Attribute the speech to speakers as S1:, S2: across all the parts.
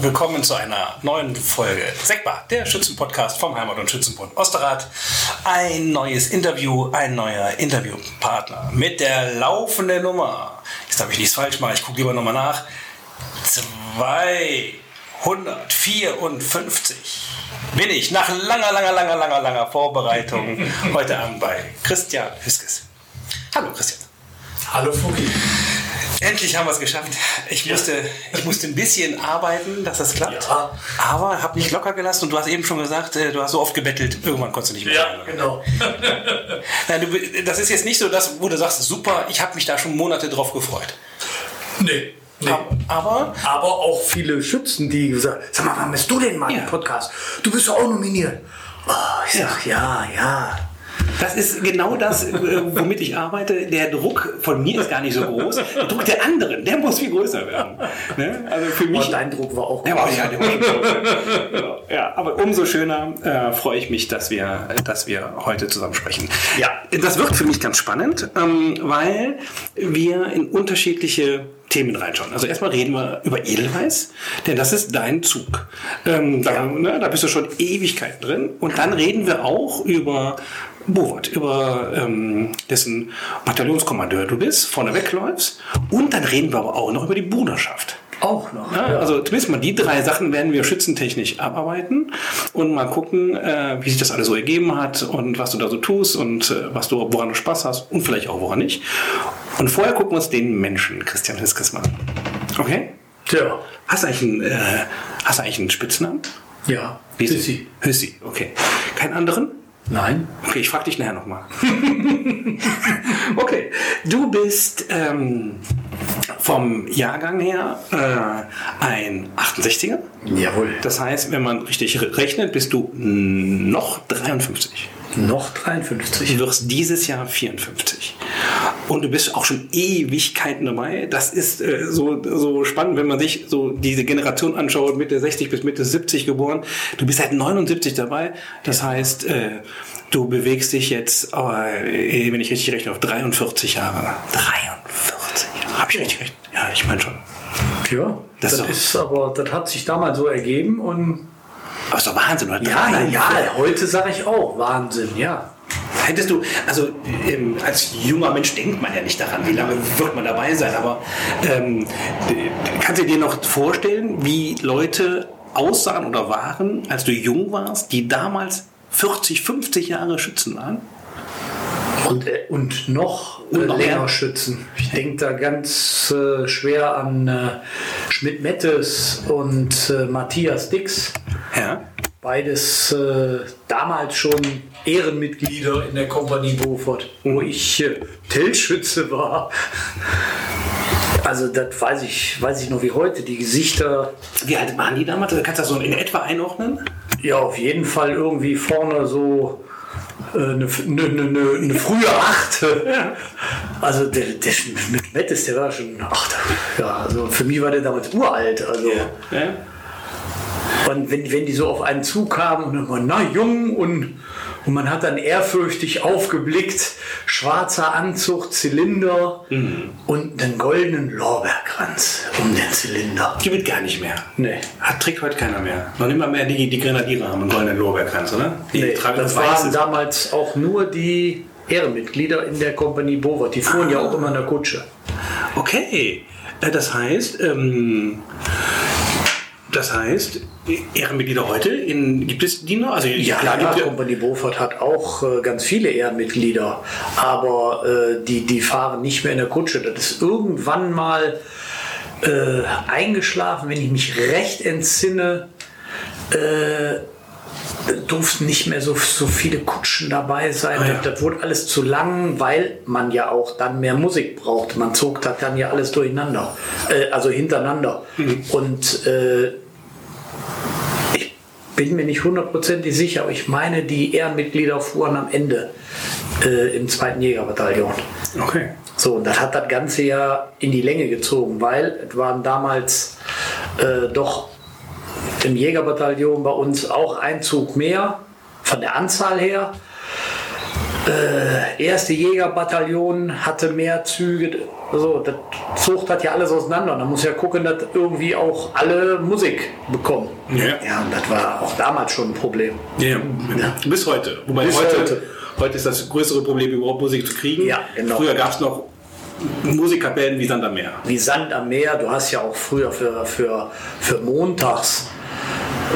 S1: Willkommen zu einer neuen Folge Sekbar, der Schützenpodcast vom Heimat- und Schützenbund Osterath. Ein neues Interview, ein neuer Interviewpartner mit der laufenden Nummer. Jetzt darf ich nichts falsch machen, ich gucke lieber nochmal nach. 254 bin ich nach langer, langer, langer, langer, langer Vorbereitung heute Abend bei Christian Hüskes. Hallo Christian.
S2: Hallo Fuki.
S1: Endlich haben wir es geschafft. Ich musste, ich musste ein bisschen arbeiten, dass das klappt.
S2: Ja.
S1: Aber habe nicht locker gelassen und du hast eben schon gesagt, äh, du hast so oft gebettelt, irgendwann konntest du nicht mehr.
S2: Ja,
S1: sein.
S2: genau.
S1: Nein, du, bi- das ist jetzt nicht so das, wo du sagst, super, ich habe mich da schon Monate drauf gefreut.
S2: Nee. nee.
S1: Ab- Aber
S2: Aber auch viele Schützen, die gesagt sag mal, wann bist du denn mal
S1: Ja.
S2: im Podcast? Du bist ja auch nominiert. Oh, ich sag, ja, ja.
S1: das ist genau das, äh, womit ich arbeite. Der Druck von mir ist gar nicht so groß. Der Druck der anderen, der muss viel größer werden. Ne? Also für mich.
S2: Und dein Druck war auch
S1: Ja, aber,
S2: groß.
S1: ja, der Genau. ja, aber umso schöner äh, freue ich mich, dass wir, dass wir heute zusammen sprechen.
S2: Ja.
S1: das wird für mich ganz spannend, ähm, weil wir in unterschiedliche Themen reinschauen. Also erstmal reden wir über Edelweiß, denn das ist dein Zug. Ähm, da, ne, da bist du schon Ewigkeit drin. Und dann reden wir auch über Bovot, über ähm, dessen Bataillonskommandeur du bist, vorne wegläufst. Und dann reden wir aber auch noch über die Bruderschaft.
S2: Auch noch. ne?
S1: Ja, also zumindest mal die drei Sachen werden wir schützentechnisch abarbeiten und mal gucken, äh, wie sich das alles so ergeben hat und was du da so tust und äh, was du, woran du Spaß hast und vielleicht auch woran nicht. Und vorher gucken wir uns den Menschen, Christian Hiskes, mal an. Okay?
S2: Tja.
S1: Hast du eigentlich einen, äh, hast du eigentlich einen Spitznamen?
S2: Ja.
S1: Wie ist-
S2: Sissi.
S1: Hüssi, okay. Keinen anderen?
S2: Nein.
S1: Okay, ich frage dich nachher nochmal. okay, du bist ähm, vom Jahrgang her äh, ein 68er.
S2: Jawohl.
S1: Das heißt, wenn man richtig re- rechnet, bist du noch 53.
S2: noch 53.
S1: Du wirst dieses Jahr 54. Und du bist auch schon Ewigkeiten dabei. Das ist äh, so, so spannend, wenn man sich so diese Generation anschaut, Mitte 60 bis Mitte 70 geboren. Du bist seit 79 dabei. Das heißt, äh, du bewegst dich jetzt, äh, wenn ich richtig rechne, auf 43 Jahre. 43? Habe ich richtig recht? Ja, ich meine schon.
S2: Ja.
S1: Das ist
S2: Das,
S1: doch-
S2: ist aber, das hat sich damals so ergeben und.
S1: Aber ist doch Wahnsinn, oder?
S2: Heute sage ich auch Wahnsinn, ja.
S1: Hättest du, also ähm, als junger Mensch denkt man ja nicht daran, wie lange wird man dabei sein, aber ähm, d- kannst du dir noch vorstellen, wie Leute aussahen oder waren, als du jung warst, die damals 40, 50 Jahre Schützen waren?
S2: Und, äh, und noch,
S1: Und
S2: äh,
S1: noch
S2: länger
S1: mehr.
S2: schützen. Ich denke da ganz äh, schwer an äh, Schmidt-Mettes und äh, Matthias Dix.
S1: Ja.
S2: Beides äh, damals schon Ehrenmitglieder in der Kompanie Beaufort,
S1: Oh,
S2: wo ich äh, Tellschütze war. Also das weiß ich, weiß ich noch wie heute. Die Gesichter,
S1: Wie alt waren die damals? Also, Kannst du das so in etwa einordnen?
S2: ja auf jeden Fall irgendwie vorne so äh, eine ne, ne, ne, ne frühe Acht. Also der, der mit Mettes, der war schon Acht. Ja, also für mich war der damals uralt. Also.
S1: Ja.
S2: Und wenn, wenn die so auf einen zukamen und dann war, na jung und, und man hat dann ehrfürchtig aufgeblickt, schwarzer Anzug, Zylinder und einen goldenen Lorbeerkranz um den Zylinder.
S1: Die wird gar nicht mehr.
S2: Nee.
S1: Hat trägt heute keiner mehr. Noch nicht mal mehr die, die Grenadiere haben einen goldenen Lorbeerkranz, oder? Die
S2: nee
S1: tragen
S2: das
S1: weißes-
S2: waren damals auch nur die Ehrenmitglieder in der Kompanie Bovert. Die fuhren ja auch immer in der Kutsche.
S1: Okay, Äh, das heißt, ähm, das heißt, Ehrenmitglieder heute, in, gibt es die noch? Also
S2: Ja,
S1: klar,
S2: klar,
S1: gibt
S2: Kompanie Beaufort hat auch äh, ganz viele Ehrenmitglieder, aber äh, die, die fahren nicht mehr in der Kutsche. Das ist irgendwann mal äh, eingeschlafen, wenn ich mich recht entsinne. Äh, durften nicht mehr so, so viele Kutschen dabei sein.
S1: Ah, ja.
S2: das, das wurde alles zu lang, weil man ja auch dann mehr Musik braucht. Man zog das dann ja alles durcheinander, äh, also hintereinander.
S1: Mhm.
S2: Und äh, bin mir nicht hundertprozentig sicher, aber ich meine, die Ehrenmitglieder fuhren am Ende äh, im zweiten Jägerbataillon.
S1: ja, okay.
S2: So, und das hat das Ganze ja in die Länge gezogen, weil es waren damals äh, doch im Jägerbataillon bei uns auch ein Zug mehr von der Anzahl her. Äh, erste Jägerbataillon hatte mehr Züge. So, das Zucht hat ja alles auseinander. Da muss ja gucken, dass irgendwie auch alle Musik bekommen.
S1: Ja.
S2: ja und das war auch damals schon ein Problem.
S1: Ja, ja. Bis heute. Wobei
S2: Bis
S1: heute, heute.
S2: heute.
S1: ist das größere Problem, überhaupt Musik zu kriegen.
S2: Ja, genau.
S1: Früher gab es noch Musikkapellen wie Sand am Meer.
S2: wie Sand am Meer. Du hast ja auch früher für, für, für montags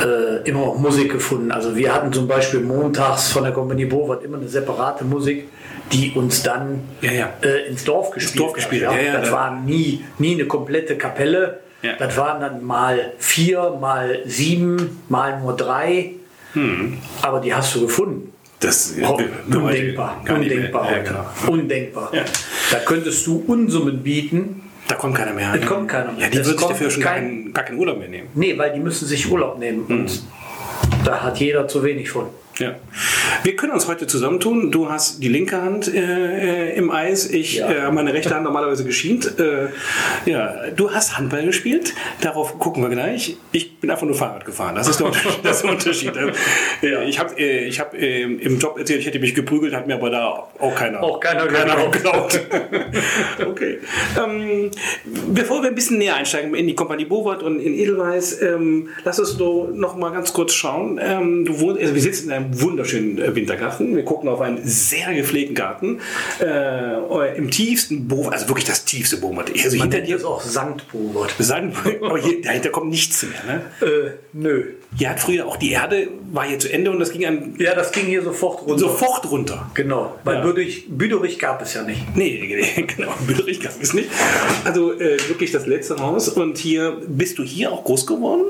S2: äh, immer auch Musik gefunden. Also wir hatten zum Beispiel montags von der Company Bovard immer eine separate Musik, die uns dann
S1: Ja, ja.
S2: Äh, ins Dorf gespielt
S1: Dorf
S2: hat,
S1: gespielt, ja, ja,
S2: das
S1: da-
S2: war nie, nie eine komplette Kapelle.
S1: Ja.
S2: Das waren dann mal vier, mal sieben, mal nur drei.
S1: Hm.
S2: Aber die hast du gefunden.
S1: Das äh, ist
S2: Oh, undenkbar, undenkbar,
S1: Ja,
S2: heute.
S1: genau.
S2: undenkbar.
S1: Ja.
S2: Da könntest du Unsummen bieten,
S1: Da kommt keiner mehr. an.
S2: Da kommt keiner mehr.
S1: Ja, die
S2: Es
S1: wird sich
S2: kommt
S1: dafür schon gar
S2: kein-
S1: keinen, gar keinen Urlaub mehr nehmen.
S2: Nee, weil die müssen sich Urlaub nehmen
S1: Mhm.
S2: und da hat jeder zu wenig von.
S1: Ja. Wir können uns heute zusammentun. Du hast die linke Hand äh, äh, im Eis, ich
S2: Ja.
S1: äh, habe meine rechte Hand normalerweise geschient. Äh, ja, du hast Handball gespielt, darauf gucken wir gleich. Ich bin einfach nur Fahrrad gefahren. Das ist der Unterschied. das ist der Unterschied. Also, äh, ich habe äh, ich hab, äh, im Job erzählt, ich hätte mich geprügelt, hat mir aber da auch keiner,
S2: Auch keiner
S1: geglaubt. okay. Ähm, bevor wir ein bisschen näher einsteigen in die Kompanie Bovard und in Edelweiß, ähm, lass uns doch noch mal ganz kurz schauen. Ähm, du wohn, also wir sitzen in einem wunderschönen äh, Wintergarten. Wir gucken auf einen sehr gepflegten Garten. Äh, Im tiefsten Bovard, also wirklich das tiefste Bovard. Also hinter dir
S2: ist auch Sankt Bobert.
S1: sagen, aber hier, dahinter kommt nichts mehr. Ne?
S2: Äh, nö.
S1: Hier hat früher auch die Erde, war hier zu Ende und das ging an,
S2: Ja, das ging hier sofort runter.
S1: sofort runter.
S2: Genau, weil
S1: Ja.
S2: Büderich, Büderich gab es ja nicht.
S1: Nee, genau, Büllerich gab es nicht. Also äh, wirklich das letzte Haus. Und hier bist du hier auch groß geworden?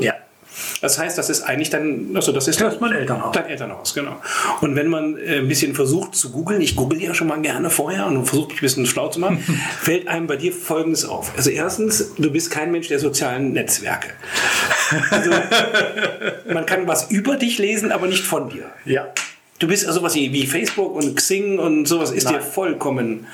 S1: Das heißt, das ist eigentlich dann, also das ist
S2: Das ist mein Elternhaus.
S1: Dein Elternhaus, genau. Und wenn man äh, ein bisschen versucht zu googeln, ich google ja schon mal gerne vorher und versuche mich ein bisschen schlau zu machen, fällt einem bei dir Folgendes auf. Also erstens, du bist kein Mensch der sozialen Netzwerke. Also, man kann was über dich lesen, aber nicht von dir.
S2: Ja.
S1: Du bist also sowas wie wie Facebook und Xing und sowas ist dir
S2: Nein.
S1: vollkommen.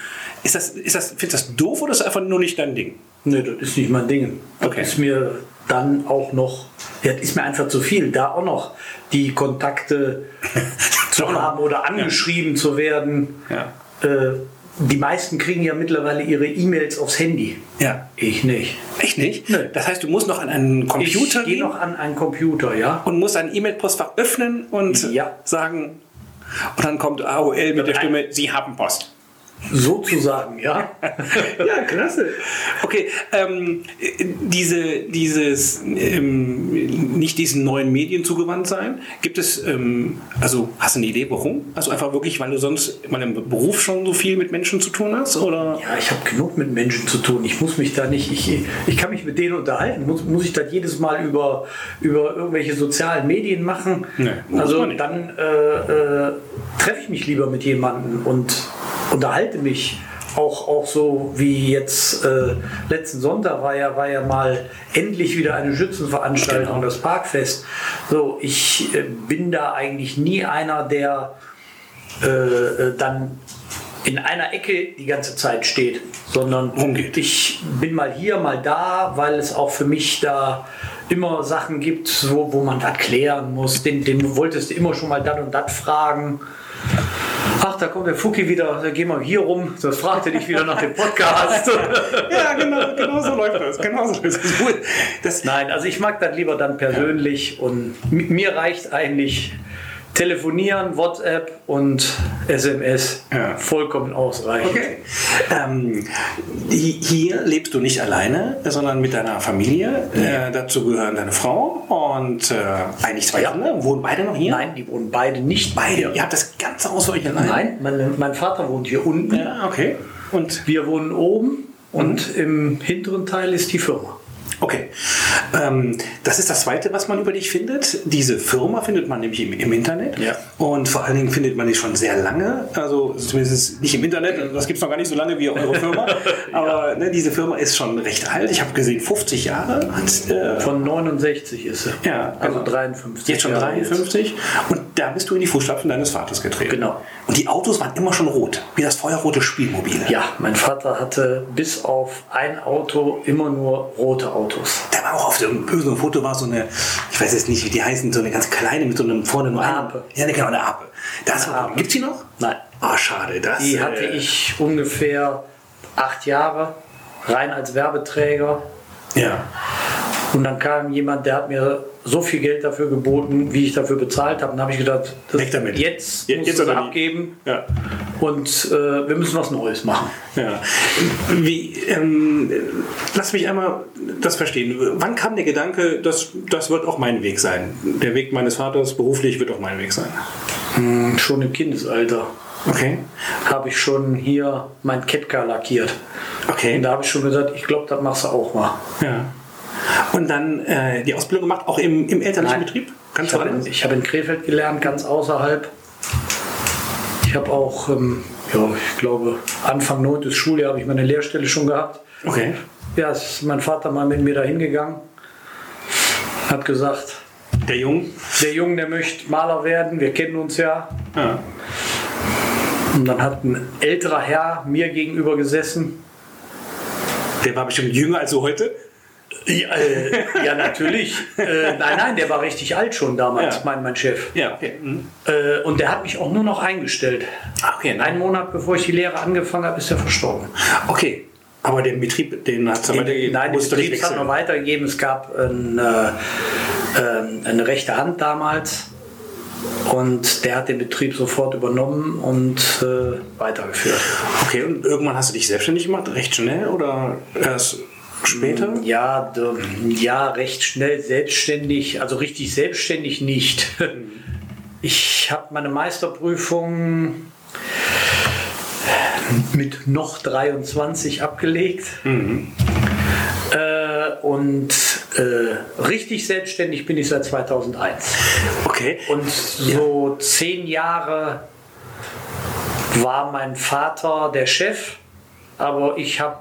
S1: Ist das, ist das, findest du das doof oder ist das einfach nur nicht dein Ding?
S2: Nö, das ist nicht mein Ding. Das
S1: Okay.
S2: ist mir dann auch noch, ja, das ist mir einfach zu viel, da auch noch die Kontakte zu haben oder angeschrieben zu werden.
S1: Ja.
S2: Äh, die meisten kriegen ja mittlerweile ihre E-Mails aufs Handy.
S1: Ja.
S2: Ich nicht.
S1: Echt nicht?
S2: Nö.
S1: Das heißt, du musst noch an einen Computer
S2: ich gehe
S1: gehen
S2: noch an einen Computer, ja.
S1: und musst ein E-Mail-Postfach öffnen und
S2: Ja.
S1: sagen. Und dann kommt AOL mit der Stimme, Sie haben Post.
S2: Sozusagen, ja.
S1: ja, klasse. Okay, ähm, diese, dieses, ähm, nicht diesen neuen Medien zugewandt sein, gibt es, ähm, also hast du eine Idee, warum? Also einfach wirklich, weil du sonst in meinem Beruf schon so viel mit Menschen zu tun hast? Oder?
S2: Ja, ich habe genug mit Menschen zu tun. Ich muss mich da nicht, ich, ich kann mich mit denen unterhalten. Muss, muss ich das jedes Mal über, über irgendwelche sozialen Medien machen?
S1: Nee, muss
S2: also
S1: man nicht.
S2: dann äh, äh, treffe ich mich lieber mit jemandem und unterhalte mich. Auch, auch so wie jetzt äh, letzten Sonntag war ja, war ja mal endlich wieder eine Schützenveranstaltung,
S1: Genau.
S2: das Parkfest. So, ich äh, bin da eigentlich nie einer, der äh, äh, dann in einer Ecke die ganze Zeit steht, sondern
S1: Rumgeht.
S2: ich bin mal hier, mal da, weil es auch für mich da immer Sachen gibt, wo, wo man was klären muss. Den, den wolltest du immer schon mal das und das fragen. Ach, da kommt der Fuki wieder, da gehen wir hier rum. Das fragt er dich wieder nach dem Podcast.
S1: Ja, genau, genau so läuft das. Genau so läuft das. Gut. das
S2: Nein, also ich mag das lieber dann persönlich und mi- mir reicht eigentlich telefonieren, WhatsApp und SMS
S1: Ja.
S2: vollkommen ausreichend.
S1: Okay. Ähm, hi- hier lebst du nicht alleine, sondern mit deiner Familie. Äh, dazu gehören deine Frau und äh, eigentlich zwei
S2: Ja.
S1: Kinder. Wohnen beide noch hier?
S2: Nein, die wohnen beide nicht bei
S1: Beide.
S2: dir.
S1: Ihr habt das ganze Haus für euch alleine?
S2: Nein, mein, mein Vater wohnt hier unten.
S1: Ja, okay. Und
S2: Wir wohnen oben und
S1: Mhm.
S2: im hinteren Teil ist die Firma.
S1: okay. Ähm, das ist das Zweite, was man über dich findet. Diese Firma findet man nämlich im, im Internet.
S2: Ja.
S1: Und vor allen Dingen findet man die schon sehr lange. Also zumindest nicht im Internet. Also Das gibt es noch gar nicht so lange wie eure Firma. Aber ne, diese Firma ist schon recht alt. Ich habe gesehen, 50 Jahre hat äh,
S2: Von 69 ist sie.
S1: Ja,
S2: also
S1: genau.
S2: 53.
S1: Jetzt schon
S2: Jahre
S1: 53 und da bist du in die Fußstapfen deines Vaters getreten.
S2: Genau.
S1: Und die Autos waren immer schon rot, wie das feuerrote Spielmobile.
S2: Ja, mein Vater hatte bis auf ein Auto immer nur rote Autos.
S1: Da war auch auf dem bösen Foto war so eine, ich weiß jetzt nicht, wie die heißen, so eine ganz kleine mit so einem vorne nur
S2: Eine
S1: einem-
S2: Ape.
S1: Ja, ne, genau, eine Ape. Das war, gibt's die noch?
S2: Nein.
S1: Ah, schade, das.
S2: Die hatte
S1: äh,
S2: ich ungefähr acht Jahre, rein als Werbeträger.
S1: äh, Ja.
S2: Und dann kam jemand, der hat mir so viel Geld dafür geboten, wie ich dafür bezahlt habe. Und dann habe ich gedacht, das-
S1: Weg damit.
S2: jetzt
S1: Je-
S2: muss
S1: jetzt
S2: jetzt es
S1: oder nie.
S2: abgeben
S1: Ja.
S2: und äh, wir müssen was Neues machen.
S1: Ja. Wie, ähm, lass mich einmal das verstehen. Wann kam der Gedanke, dass das wird auch mein Weg sein? Der Weg meines Vaters beruflich wird auch mein Weg sein.
S2: Hm, Schon im Kindesalter
S1: Okay.
S2: habe ich schon hier mein Ketka lackiert.
S1: Okay.
S2: Und da habe ich schon gesagt, ich glaube, das machst du auch mal.
S1: Ja. Und dann äh, die Ausbildung gemacht, auch im, im elterlichen
S2: Nein.
S1: Betrieb? Ganz
S2: Ich habe in,
S1: woanders?
S2: ich habe in Krefeld gelernt, ganz außerhalb. Ich habe auch, ähm, ja, ich glaube, Anfang neuntes Schuljahr habe ich meine Lehrstelle schon gehabt.
S1: Okay.
S2: Ja, es ist mein Vater mal mit mir da hingegangen, hat gesagt,
S1: Der Jung?
S2: der Junge, der möchte Maler werden, wir kennen uns ja.
S1: Ja.
S2: Und dann hat ein älterer Herr mir gegenüber gesessen.
S1: Der war bestimmt jünger als du heute.
S2: Ja, äh, ja natürlich. Äh, nein, nein, der war richtig alt schon damals,
S1: Ja.
S2: mein, mein Chef.
S1: Ja, okay. Mhm.
S2: Äh, und der hat mich auch nur noch eingestellt.
S1: Ah, Okay, nein.
S2: Einen Monat bevor ich die Lehre angefangen habe, ist er verstorben.
S1: Okay. Aber den Betrieb, den hat es dann weitergegeben.
S2: Nein, das
S1: Musst du nicht
S2: Betriebs hat
S1: wechseln.
S2: noch weitergegeben. Es gab ein, äh, ähm, eine rechte Hand damals und der hat den Betrieb sofort übernommen und äh, weitergeführt.
S1: Okay, und irgendwann hast du dich selbstständig gemacht? Recht schnell oder erst später?
S2: Ja, d- ja, recht schnell selbstständig, also richtig selbstständig nicht. Ich habe meine Meisterprüfung mit noch 23 abgelegt. Äh, und äh, richtig selbstständig bin ich seit 2001.
S1: Okay.
S2: Und so zehn Jahre war mein Vater der Chef, aber ich habe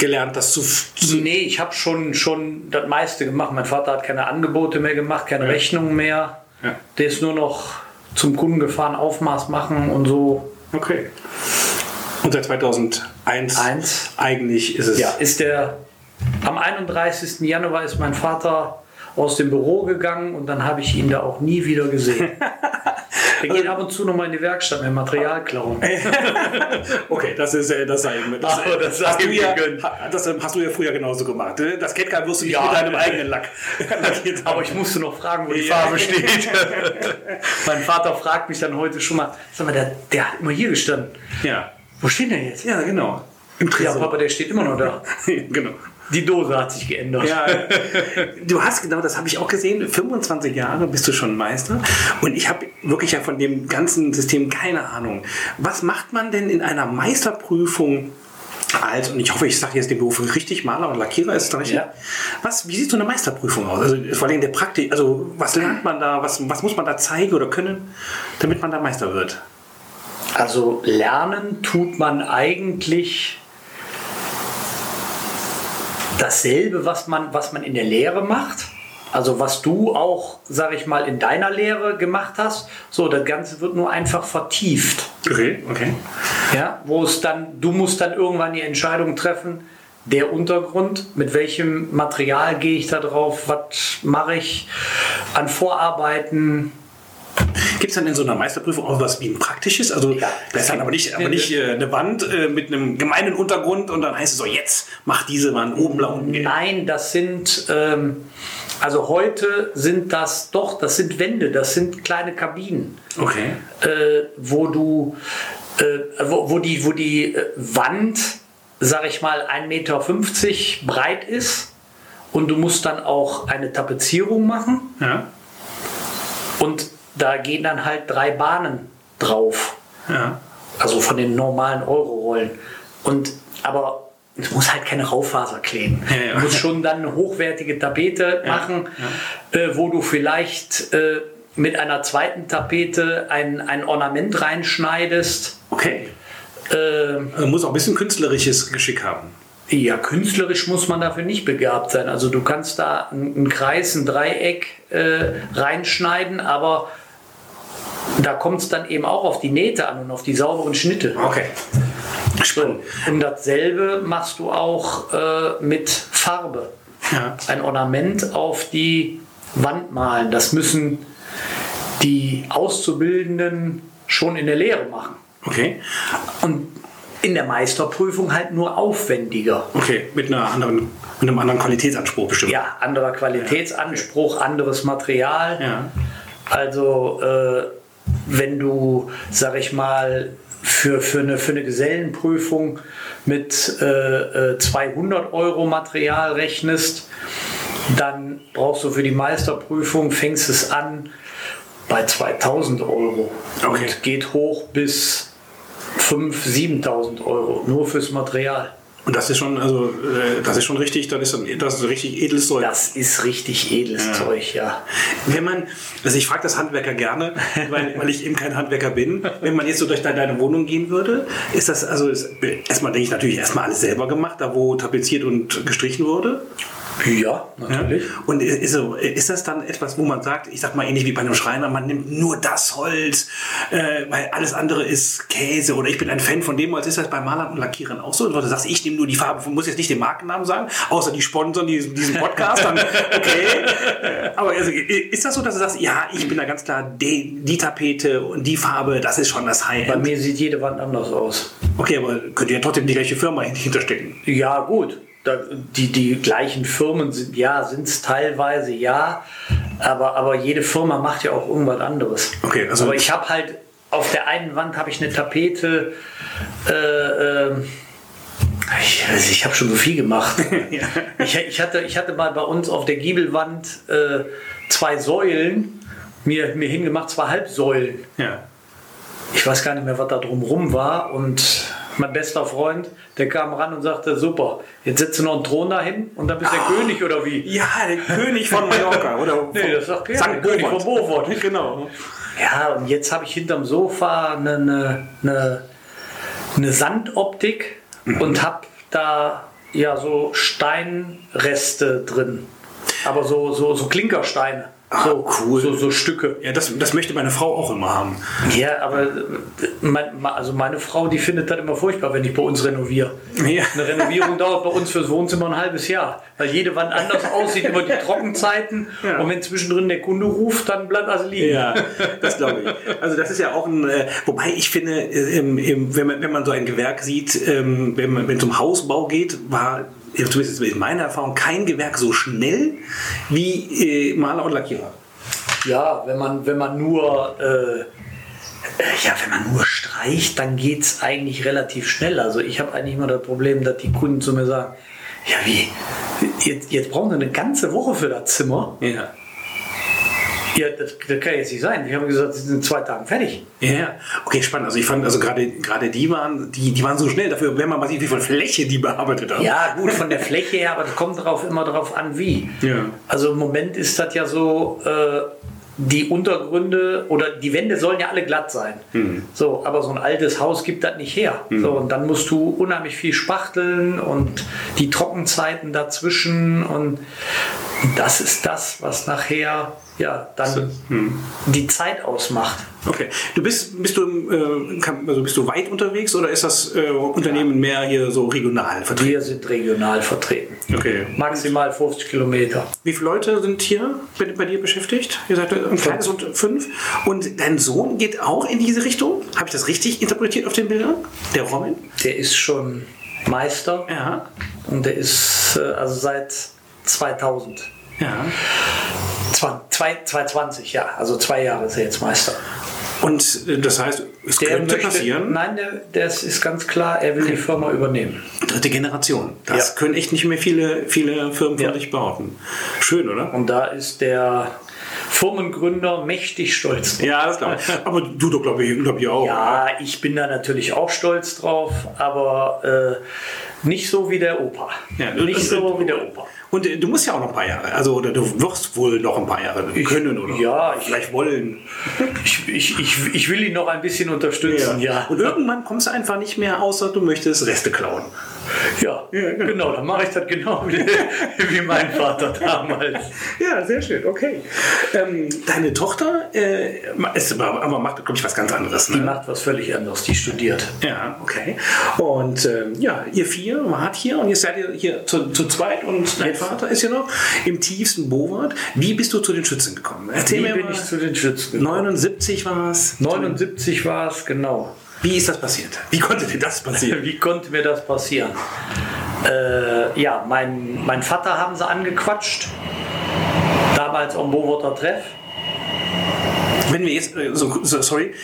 S1: gelernt, das zu. zu
S2: Nee, ich habe schon, schon das meiste gemacht. Mein Vater hat keine Angebote mehr gemacht, keine Rechnungen mehr.
S1: Ja.
S2: Der ist nur noch zum Kunden gefahren, Aufmaß machen und so.
S1: okay. Und seit 2001
S2: Eins.
S1: eigentlich ist es.
S2: Ja, ist der am 31. Januar ist mein Vater aus dem Büro gegangen und dann habe ich ihn da auch nie wieder gesehen. Wir gehen ab und zu noch mal in die Werkstatt mit Material klauen.
S1: Okay, das ist äh, das sei ihm. Das,
S2: Aber das sei
S1: hast du
S2: ihm
S1: ja,
S2: gegönnt.
S1: ha- das ähm, hast du ja früher genauso gemacht. ne? Das kennt kein wirst du nicht
S2: Ja.
S1: mit deinem eigenen Lack. lackiert haben.
S2: Aber ich musste noch fragen, wo die
S1: Ja.
S2: Farbe steht. mein Vater fragt mich dann heute schon mal, sag mal, der, der hat immer hier gestanden.
S1: ja.
S2: Wo steht der jetzt?
S1: Ja, genau. Im
S2: Ja,
S1: Tresor.
S2: Papa, der steht immer noch da.
S1: genau.
S2: Die Dose hat sich geändert.
S1: Ja, du hast genau, das habe ich auch gesehen. 25 Jahre bist du schon Meister und ich habe wirklich ja von dem ganzen System keine Ahnung. Was macht man denn in einer Meisterprüfung als und ich hoffe, ich sage jetzt den Beruf richtig Maler und Lackierer ist das richtig?
S2: Ja.
S1: Was? Wie sieht so eine Meisterprüfung aus? Also vor allem der Praktik. Also was lernt man da? Was, was muss man da zeigen oder können, damit man da Meister wird?
S2: Also lernen tut man eigentlich dasselbe, was man, was man in der Lehre macht. Also was du auch, sag ich mal, in deiner Lehre gemacht hast. So, das Ganze wird nur einfach vertieft.
S1: Okay, okay.
S2: Ja, wo es dann, du musst dann irgendwann die Entscheidung treffen, der Untergrund, mit welchem Material gehe ich da drauf, was mache ich an Vorarbeiten,
S1: Gibt es dann in so einer Meisterprüfung auch was wie ein praktisches? Also
S2: Ja.
S1: das ist dann aber nicht, aber nicht äh, eine Wand äh, mit einem gemeinen Untergrund und dann heißt es so, jetzt mach diese Wand oben blau und gelb.
S2: Nein, das sind, ähm, also heute sind das doch, das sind Wände, das sind kleine Kabinen,
S1: Okay.
S2: äh, wo du, äh, wo, wo die, wo die äh, Wand, sag ich mal, 1,50 Meter breit ist und du musst dann auch eine Tapezierung machen
S1: Ja.
S2: und da gehen dann halt drei Bahnen drauf,
S1: Ja.
S2: also von den normalen Euro-Rollen. Und, aber es muss halt keine Raufaser kleben.
S1: Ja, ja.
S2: Du musst schon dann eine hochwertige Tapete machen, Äh, wo du vielleicht äh, mit einer zweiten Tapete ein, ein Ornament reinschneidest.
S1: Okay.
S2: Ähm,
S1: Also muss auch ein bisschen künstlerisches Geschick haben.
S2: ja, künstlerisch muss man dafür nicht begabt sein. Also du kannst da einen einen Kreis, ein Dreieck äh, reinschneiden, aber da kommt es dann eben auch auf die Nähte an und auf die sauberen Schnitte.
S1: Okay.
S2: So. Und dasselbe machst du auch äh, mit Farbe.
S1: Ja.
S2: Ein Ornament auf die Wand malen. Das müssen die Auszubildenden schon in der Lehre machen.
S1: Okay.
S2: Und in der Meisterprüfung halt nur aufwendiger.
S1: Okay, mit, einer anderen, mit einem anderen Qualitätsanspruch bestimmt.
S2: Ja, anderer Qualitätsanspruch, anderes Material.
S1: Ja.
S2: Also äh, wenn du, sag ich mal, für, für, eine, für eine Gesellenprüfung mit äh, äh, 200 Euro Material rechnest, dann brauchst du für die Meisterprüfung, fängst es an bei 2000 Euro
S1: Okay.
S2: und geht hoch bis 5.000, 7.000 Euro, nur fürs Material.
S1: Und das ist schon, also, äh, das ist schon richtig, das ist, ein- das ist ein richtig edles Zeug.
S2: Das ist richtig edles Zeug, ja.
S1: Wenn man, also ich frage das Handwerker gerne, weil, weil ich eben kein Handwerker bin. Wenn man jetzt so durch de- deine Wohnung gehen würde, ist das, also ist, erstmal denke ich natürlich erstmal alles selber gemacht, da wo tapeziert und gestrichen wurde.
S2: Ja,
S1: Ja?
S2: natürlich.
S1: Und i- ist, so- ist das dann etwas, wo man sagt, ich sag mal ähnlich wie bei einem Schreiner, man nimmt nur das Holz, äh, weil alles andere ist Käse oder ich bin ein Fan von dem Holz. Ist das bei Malern und Lackierern auch so? Dass Du sagst, ich nehme nur die Farbe, muss jetzt nicht den Markennamen sagen, außer die sponsern diesen, diesen Podcast, dann okay. Aber also, i- ist das so, dass du sagst, ja, ich bin da ganz klar, die, die Tapete und die Farbe, das ist schon das
S2: Bei
S1: High-End.
S2: mir sieht jede Wand anders aus.
S1: Okay, aber könnt ihr ja trotzdem die gleiche Firma hinterstecken.
S2: Ja, gut. Da, die, die gleichen Firmen sind ja, sind es teilweise ja, aber, aber jede Firma macht ja auch irgendwas anderes.
S1: Okay, also-
S2: aber ich habe halt auf der einen Wand habe ich eine Tapete. Äh, ähm, ich also ich habe schon so viel gemacht. ich, ich, hatte, ich hatte mal bei uns auf der Giebelwand äh, zwei Säulen mir, mir hingemacht, zwei Halbsäulen
S1: Ja.
S2: ich weiß gar nicht mehr, was da drumrum war. Und mein bester Freund, der kam ran und sagte, super, jetzt setzt du noch einen Thron dahin und dann bist du der König oder wie?
S1: Ja, der König von Mallorca oder
S2: Nee, das sagt keiner.
S1: St.
S2: König
S1: Bobert.
S2: von Beaufort.
S1: Genau.
S2: Ja, und jetzt habe ich hinterm Sofa eine, eine, eine, eine Sandoptik und habe da ja so Steinreste drin. Aber so, so, so Klinkersteine. so,
S1: cool.
S2: so, so Stücke.
S1: Ja, das, das möchte meine Frau auch immer haben.
S2: Ja, aber äh, mein, ma- also meine Frau, die findet das immer furchtbar, wenn ich bei uns renoviere.
S1: Ja.
S2: Eine Renovierung dauert bei uns fürs Wohnzimmer ein halbes Jahr, weil jede Wand anders aussieht über die Trockenzeiten.
S1: Ja.
S2: Und wenn zwischendrin der Kunde ruft, dann bleibt alles liegen.
S1: Ja, das glaube ich. Also das ist ja auch ein, äh, wobei ich finde, äh, im, im, wenn, man, wenn man so ein Gewerk sieht, ähm, wenn man wenn es um Hausbau geht, war äh, zumindest in meiner Erfahrung kein Gewerk so schnell wie äh, Maler und Lackierer.
S2: Ja, wenn man, wenn man nur. Äh, äh, ja, wenn man nur streicht, dann geht es eigentlich relativ schnell. Also ich habe eigentlich immer das Problem, dass die Kunden zu mir sagen, ja wie, jetzt, jetzt brauchen sie eine ganze Woche für das Zimmer.
S1: Ja.
S2: Ja, das, das kann jetzt nicht sein. Die haben gesagt, sie sind in zwei Tagen fertig.
S1: Ja, ja. okay, spannend. Also ich fand, also gerade gerade die waren, die, die waren so schnell dafür, wenn man mal sieht, wie viel Fläche die bearbeitet haben.
S2: Ja, gut, von der Fläche her, aber das kommt drauf, immer darauf an, wie.
S1: Ja.
S2: Also im Moment ist das ja so, äh, die Untergründe oder die Wände sollen ja alle glatt sein. So, aber so ein altes Haus gibt das nicht her. So, und dann musst du unheimlich viel spachteln und die Trockenzeiten dazwischen und das ist das, was nachher ja dann die Zeit ausmacht.
S1: Okay. Du bist, bist du im, äh, Kam- also bist du weit unterwegs oder ist das äh, Unternehmen mehr hier so regional vertreten?
S2: Wir sind regional vertreten.
S1: Okay.
S2: Maximal 50 Kilometer.
S1: Wie viele Leute sind hier bei, bei dir beschäftigt? Ihr sagt ein kleines und fünf. Und dein Sohn geht auch in diese Richtung? Habe ich das richtig interpretiert auf den Bildern? Der Robin?
S2: Der ist schon Meister
S1: Ja.
S2: und der ist äh, also seit 2000.
S1: Ja.
S2: Zwan- zwei- 2020, ja. Also zwei Jahre ist er jetzt Meister.
S1: Und äh, das heißt, es könnte passieren.
S2: Nein, der, das ist ganz klar, er will die Firma übernehmen.
S1: Dritte Generation. Das
S2: Ja.
S1: können echt nicht mehr viele, viele Firmen von
S2: Ja.
S1: dich behaupten. Schön, oder?
S2: Und da ist der Firmengründer mächtig stolz. drauf.
S1: Ja, das glaube ich. Aber du, doch glaube ich, glaub ich auch.
S2: Ja, ich bin da natürlich auch stolz drauf, aber äh, nicht so wie der Opa.
S1: Ja,
S2: nicht
S1: und-
S2: so
S1: und-
S2: wie der Opa.
S1: Und äh, du musst ja auch noch ein paar Jahre, also oder du wirst wohl noch ein paar Jahre können oder
S2: ja, ich-
S1: vielleicht wollen.
S2: Ich, ich, ich, ich will ihn noch ein bisschen unterstützen, ja.
S1: Und irgendwann kommst du einfach nicht mehr, außer du möchtest Reste klauen.
S2: Ja,
S1: Ja, genau.
S2: genau, dann mache ich das genau wie, wie mein Vater damals.
S1: Ja, sehr schön, okay. Ähm, deine Tochter äh, ist aber, aber macht, glaube ich, was ganz anderes.
S2: Die
S1: Ne?
S2: macht was völlig anderes, die studiert.
S1: Ja, okay. Und ähm, ja, ihr vier wart hier und jetzt seid ihr hier zu, zu zweit und dein Vater ist hier noch im tiefsten Boward. Wie bist du zu den Schützen gekommen? Erzähl
S2: Wie
S1: mir
S2: bin
S1: mal.
S2: ich zu den Schützen? gekommen?
S1: 79 war es.
S2: 79 war es, genau.
S1: Wie ist das passiert? Wie konnte dir das passieren?
S2: Wie konnte mir das passieren? Äh, ja, mein, mein Vater haben sie angequatscht. Damals am Bowoter Treff.
S1: Wenn wir jetzt, äh, so, so, sorry,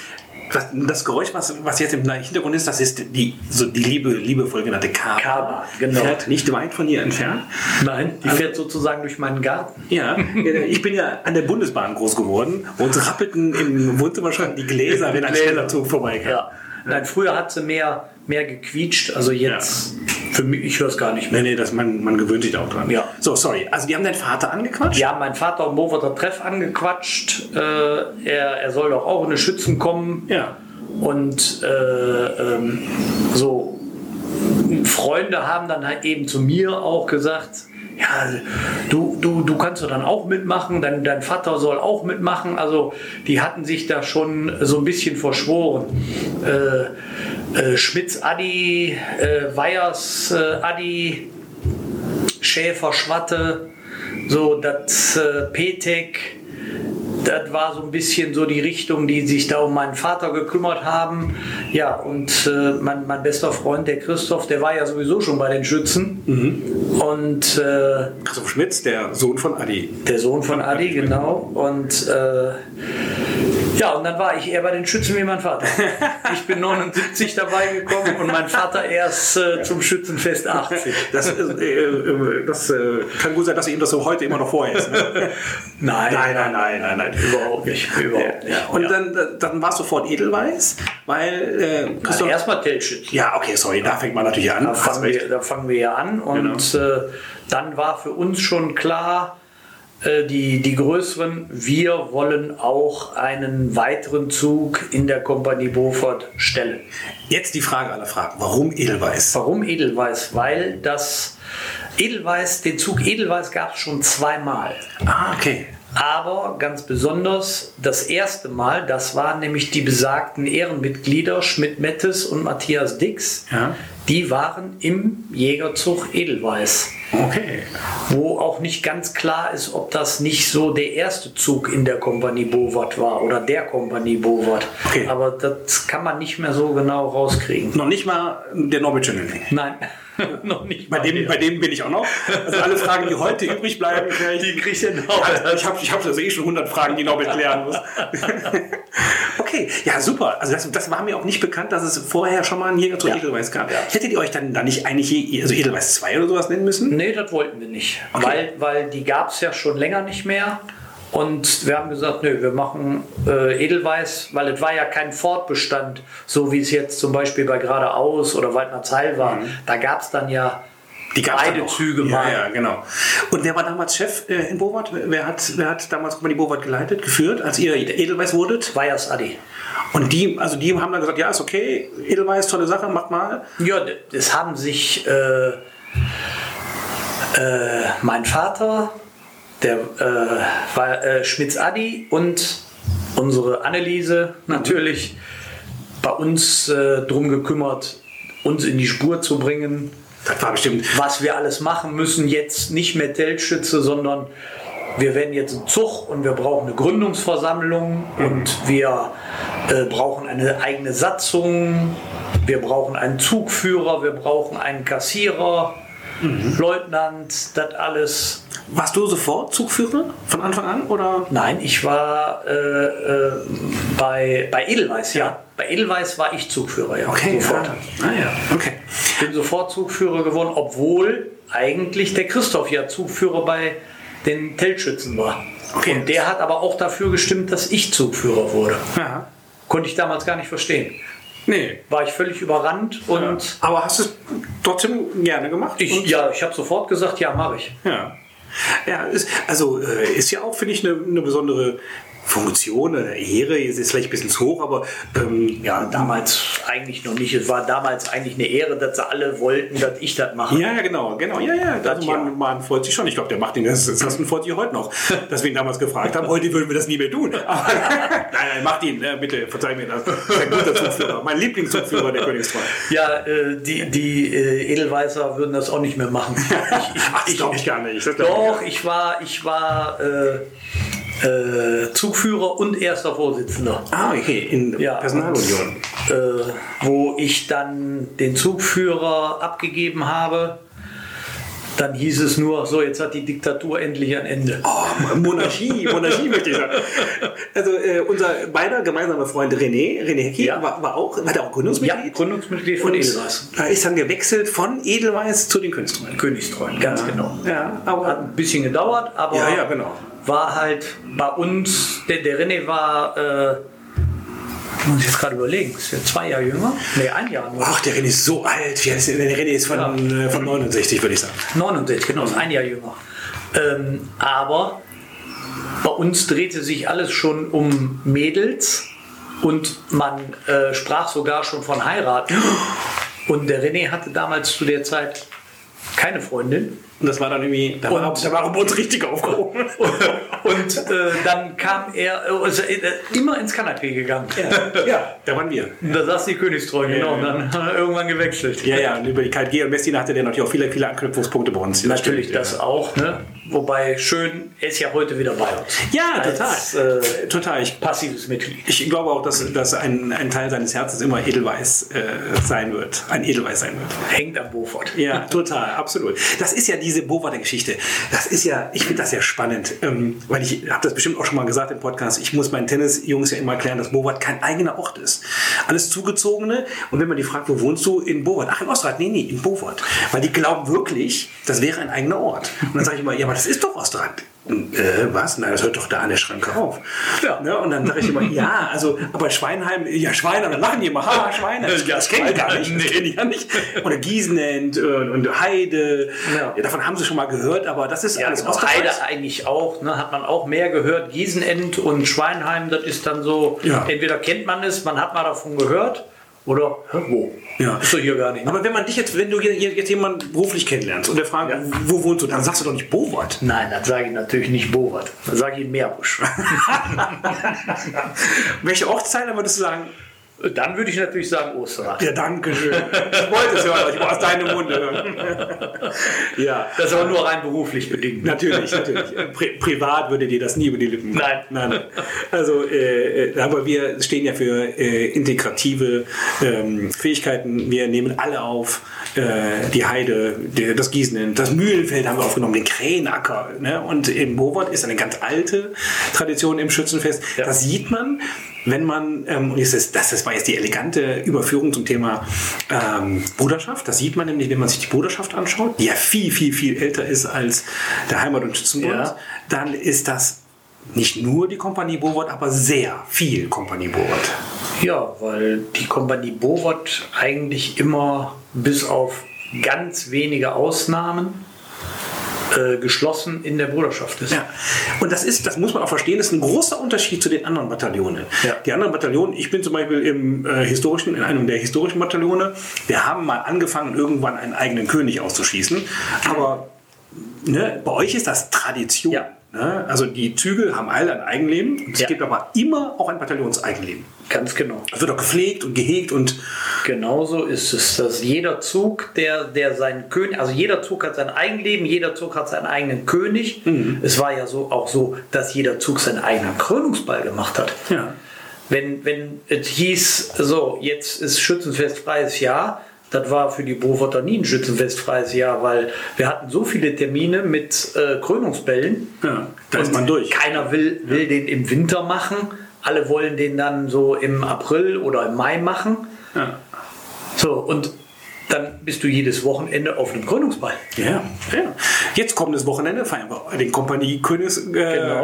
S1: was, das Geräusch, was, was jetzt im Hintergrund ist, das ist die, so die liebe, liebevoll genannte Kaba.
S2: Kaba, genau.
S1: Fährt nicht weit von hier entfernt.
S2: Nein,
S1: Also
S2: die fährt sozusagen durch meinen Garten.
S1: Ja, äh, ich bin ja an der Bundesbahn groß geworden. Uns rappelten im Wohnzimmer schon die Gläser, wenn ein
S2: Gläser.
S1: schneller Zug vorbeikam.
S2: Ja. Nein, früher hat sie mehr, mehr gequietscht. Also jetzt, für mich, ich höre es gar nicht mehr.
S1: Nee, nee, das, man, man gewöhnt sich da auch dran.
S2: Ja.
S1: So, sorry. Also, die haben deinen Vater angequatscht?
S2: Die haben meinen Vater am Bowoter Treff angequatscht. Äh, er, er soll doch auch in die Schützen kommen.
S1: Ja.
S2: Und äh, ähm, so Freunde haben dann halt eben zu mir auch gesagt, ja, du, du, du kannst doch dann auch mitmachen, dein, dein Vater soll auch mitmachen. Also die hatten sich da schon so ein bisschen verschworen. Äh, äh, Schmitz Adi, äh, Weyers äh, Adi, Schäfer Schwatte, so das äh, Petek, das war so ein bisschen so die Richtung, die sich da um meinen Vater gekümmert haben. Ja, und äh, mein, mein bester Freund, der Christoph, der war ja sowieso schon bei den Schützen. Mhm. Und äh,
S1: Christoph Schmitz, der Sohn von Adi.
S2: der Sohn von Adi, genau. Und äh, ja, und dann war ich eher bei den Schützen wie mein Vater. Ich bin 79 dabei gekommen und mein Vater erst äh, zum Schützenfest 80.
S1: Das, äh, äh, das äh, kann gut sein, dass ihm das so heute immer noch vorhältst. Ne?
S2: Nein,
S1: nein, nein, nein, nein.
S2: überhaupt nicht. Überhaupt nicht.
S1: Ja. Und
S2: Ja.
S1: dann, dann war es sofort Edelweiß, weil äh,
S2: also
S1: Christoph.
S2: erstmal Telschütz.
S1: ja, okay, sorry, da fängt man natürlich an.
S2: Da fangen,
S1: Hast
S2: wir, da fangen wir ja an und äh, dann war für uns schon klar, äh, die, die größeren, wir wollen auch einen weiteren Zug in der Kompanie Beaufort stellen.
S1: Jetzt die Frage aller Fragen. Warum Edelweiß?
S2: Warum Edelweiß? Weil das Edelweiß, den Zug Edelweiß gab es schon zweimal.
S1: Ah, okay.
S2: Aber ganz besonders das erste Mal, das waren nämlich die besagten Ehrenmitglieder Schmidt Mettes und Matthias Dix.
S1: Ja.
S2: Die waren im Jägerzug Edelweiß.
S1: Okay.
S2: wo auch nicht ganz klar ist, ob das nicht so der erste Zug in der Kompanie Bovard war oder der Kompanie Bovard.
S1: Okay.
S2: Aber das kann man nicht mehr so genau rauskriegen.
S1: Noch nicht mal der Norbert Schönling.
S2: Nein, noch nicht.
S1: Bei
S2: mal
S1: dem,
S2: der.
S1: bei dem bin ich auch noch. Also alle Fragen, die heute übrig bleiben, kläre ich.
S2: Die kriegt ihr noch.
S1: Ja, ich habe ich hab also eh schon 100 Fragen, die ich noch klären muss. okay, ja, super. Also das, das war mir auch nicht bekannt, dass es vorher schon mal einen Jäger zu
S2: Ja.
S1: Edelweiß gab. Hättet ihr euch dann da nicht eigentlich Je- also Edelweiß 2 oder sowas nennen müssen?
S2: Nee, das wollten wir nicht.
S1: Okay.
S2: Weil, weil die gab es ja schon länger nicht mehr. Und wir haben gesagt, nö, wir machen äh, Edelweiß, weil es war ja kein Fortbestand, so wie es jetzt zum Beispiel bei Geradeaus oder Waldmannsheil war. Da gab es dann ja
S1: Die gab's
S2: beide
S1: dann auch.
S2: Züge
S1: ja,
S2: mal.
S1: Ja, genau. Und wer war damals Chef äh, in Boward? Wer hat, wer hat damals Company Boward geleitet, geführt, als ihr Edelweiß wurdet?
S2: Weyers Adi.
S1: Und die, also die haben dann gesagt, ja, ist okay, Edelweiß, tolle Sache, macht mal.
S2: Ja, d- es haben sich äh, äh, mein Vater, der äh, war äh, Schmitz Adi und unsere Anneliese natürlich bei uns äh, drum gekümmert, uns in die Spur zu bringen,
S1: Das war bestimmt
S2: was wir alles machen müssen. Jetzt nicht mehr Teltschütze, sondern wir werden jetzt ein Zug und wir brauchen eine Gründungsversammlung und wir äh, brauchen eine eigene Satzung, wir brauchen einen Zugführer, wir brauchen einen Kassierer, Leutnant, das alles.
S1: Warst du sofort Zugführer von Anfang an oder?
S2: Nein, ich war äh, äh, bei, bei Edelweiß, ja. Bei Edelweiß war ich Zugführer, ja. sofort.
S1: Ah ja, okay.
S2: bin sofort Zugführer geworden, obwohl eigentlich der Christoph ja Zugführer bei den Teltschützen war.
S1: Okay.
S2: Und der hat aber auch dafür gestimmt, dass ich Zugführer wurde.
S1: Ja.
S2: Konnte ich damals gar nicht verstehen.
S1: Nee.
S2: War ich völlig überrannt und
S1: Aber hast du es trotzdem gerne gemacht?
S2: ich,
S1: Und-
S2: ja, ich habe sofort gesagt, ja, mache ich.
S1: ja. Ja, ist, also äh, ist ja auch, finde ich, eine, eine besondere Funktion oder Ehre, jetzt ist vielleicht ein bisschen zu hoch, aber ähm, ja,
S2: damals eigentlich noch nicht. Es war damals eigentlich eine Ehre, dass sie alle wollten, dass ich das mache.
S1: Ja, ja, genau, genau, ja, ja.
S2: Das
S1: Also
S2: ja.
S1: man, man freut sich schon. Ich glaube, der macht den Assassin freut sich heute noch, dass wir ihn damals gefragt haben. Heute würden wir das nie mehr tun. Aber, nein, nein, macht ihn, äh, bitte, verzeih mir das. Das ist ein guter Zugführer, mein Lieblingszugführer der Königsbahn.
S2: Ja, äh, die, die äh, Edelweißer würden das auch nicht mehr machen.
S1: Ach, das glaube ich gar nicht. Das glaub ich gar
S2: Doch, ich war, ich war äh, äh, Zugführer und erster Vorsitzender.
S1: nicht. Ah, okay, in
S2: Ja.
S1: Personalunion.
S2: äh, wo ich dann den Zugführer abgegeben habe. Dann hieß es nur, so jetzt hat die Diktatur endlich ein Ende.
S1: Oh, Monarchie, Monarchie möchte ich sagen. Also äh, unser beider gemeinsamer Freund René, René Hecki,
S2: Ja.
S1: war, war auch, war der auch Gründungsmitglied?
S2: Ja, Gründungsmitglied von
S1: Und
S2: Edelweiß.
S1: da ist dann gewechselt von Edelweiß zu den Künstlern.
S2: Königstreuen, ganz genau.
S1: Ja,
S2: Hat
S1: aber
S2: ein bisschen gedauert, aber
S1: Ja, ja, genau.
S2: war halt bei uns, der, der René war, äh, muss ich jetzt gerade überlegen, ist der zwei Jahre jünger? Nee, ein Jahr nur.
S1: Ach, der René ist so alt. Wie heißt der? Der René ist von,
S2: Ja.
S1: äh, von 69, würde ich sagen.
S2: 69, genau, ist ein Jahr jünger. Ähm, aber bei uns drehte sich alles schon um Mädels und man äh, sprach sogar schon von heiraten. Und der René hatte damals zu der Zeit keine Freundin.
S1: Und das war dann irgendwie, da war,
S2: Und-
S1: da war uns richtig aufgehoben.
S2: Und äh, dann kam er äh, ist, äh, immer ins Kanapé gegangen.
S1: ja, da waren wir.
S2: Und da saß die Königstreu, genau. Und
S1: ja.
S2: dann hat er irgendwann gewechselt.
S1: Ja, ja, und über die KG und Messina hatte der natürlich auch viele, viele Anknüpfungspunkte bei uns.
S2: Natürlich
S1: stimmt,
S2: das auch. Ne? Wobei schön er ist ja heute wieder bei uns.
S1: Ja, ja total.
S2: Als, äh,
S1: total. Ich,
S2: passives Mitglied.
S1: ich glaube auch, dass, dass ein, ein Teil seines Herzens immer Edelweiß äh, sein wird. Ein Edelweiß sein wird.
S2: Hängt am Beaufort.
S1: Ja, total, absolut. Das ist ja diese Bovada-Geschichte. Das ist ja, ich finde das ja spannend, ähm, weil ich habe das bestimmt auch schon mal gesagt im Podcast. Ich muss meinen Tennisjungs ja immer erklären, dass Bovat kein eigener Ort ist. Alles zugezogene. Und wenn man die fragt, wo wohnst du? In Bovat. Ach, in Ostrad? Nee, nee, in Bovat. Weil die glauben wirklich, das wäre ein eigener Ort. Und dann sage ich immer, ja, aber das ist doch Ostrad. Äh, was? Nein, das hört doch da an der Schranke auf.
S2: Ja.
S1: Ne? Und dann sage ich immer, ja, also, aber Schweinheim, ja, Schweine, dann lachen die immer, ha, Schweine.
S2: Ja,
S1: das kenne ich gar
S2: Schweine,
S1: nicht.
S2: nee.
S1: Das kenn ich ja nicht. Oder Gießenend äh, und Heide.
S2: Ja.
S1: Ja. davon haben sie schon mal gehört, aber das ist
S2: Ja,
S1: alles
S2: genau.
S1: Osterreich.
S2: Heide eigentlich auch, ne, hat man auch mehr gehört. Giesenend und Schweinheim, das ist dann so,
S1: Ja.
S2: entweder kennt man es, man hat mal davon gehört, oder hä, wo?
S1: Ja.
S2: Ist doch hier gar nicht. Ne?
S1: Aber wenn man dich jetzt, wenn du je- je- jetzt jemanden beruflich kennenlernst und der fragt,
S2: Ja.
S1: wo wohnst du, dann sagst du doch nicht Bowat.
S2: Nein, das sage ich natürlich nicht Borat. Das sage ich Meerbusch.
S1: Welche Ortsteile würdest du sagen?
S2: dann würde ich natürlich sagen Osterreich.
S1: Ja, danke schön. Ich wollte es hören, aber ich wollte aus deinem Munde hören. ja.
S2: Das ist aber nur rein beruflich bedingt. ne?
S1: Natürlich, natürlich. Äh, Pri privat würde dir das nie über die Lippen kommen.
S2: Nein.
S1: nein, nein. Also, äh, äh, aber wir stehen ja für äh, integrative ähm, Fähigkeiten. Wir nehmen alle auf. Äh, die Heide, die, das Gießen, das Mühlenfeld haben wir aufgenommen, den Krähenacker. Ne? Und in Bowert ist eine ganz alte Tradition im Schützenfest.
S2: Ja.
S1: Das sieht man, wenn man, ähm, und jetzt ist, das, das war jetzt die elegante Überführung zum Thema ähm, Bruderschaft. Das sieht man nämlich, wenn man sich die Bruderschaft anschaut, die ja viel, viel, viel älter ist als der Heimat- und Schützenbund,
S2: Ja.
S1: dann ist das nicht nur die Kompanie Bowert, aber sehr viel Kompanie Bowert.
S2: Ja, weil die Kompanie Bovot eigentlich immer bis auf ganz wenige Ausnahmen äh, geschlossen in der Bruderschaft ist.
S1: Ja. Und das ist, das muss man auch verstehen, das ist ein großer Unterschied zu den anderen Bataillonen.
S2: Ja.
S1: Die anderen Bataillonen, ich bin zum Beispiel im äh, historischen, in einem der historischen Bataillone, wir haben mal angefangen, irgendwann einen eigenen König auszuschießen, aber ne, bei euch ist das Tradition.
S2: Ja.
S1: Ne? Also die Züge haben alle ein Eigenleben, und es
S2: Ja.
S1: gibt aber immer auch ein Bataillonseigenleben.
S2: Ganz genau.
S1: Das wird auch gepflegt und gehegt und
S2: Genauso ist es, dass jeder Zug, der, der seinen König, also jeder Zug hat sein Eigenleben, jeder Zug hat seinen eigenen König. Es war ja so auch so, dass jeder Zug seinen eigenen Krönungsball gemacht hat.
S1: Ja.
S2: Wenn, wenn es hieß, so, jetzt ist Schützenfest freies Jahr, das war für die Bovotter nie ein Schützenfest freies Jahr, weil wir hatten so viele Termine mit äh, Krönungsbällen.
S1: Ja, da
S2: Und
S1: ist man durch.
S2: Keiner will, will den im Winter machen. Alle wollen den dann so im April oder im Mai machen. So, und dann bist du jedes Wochenende auf einem Gründungsball.
S1: Ja, ja. Jetzt kommendes Wochenende feiern wir den Kompanie Königs, äh,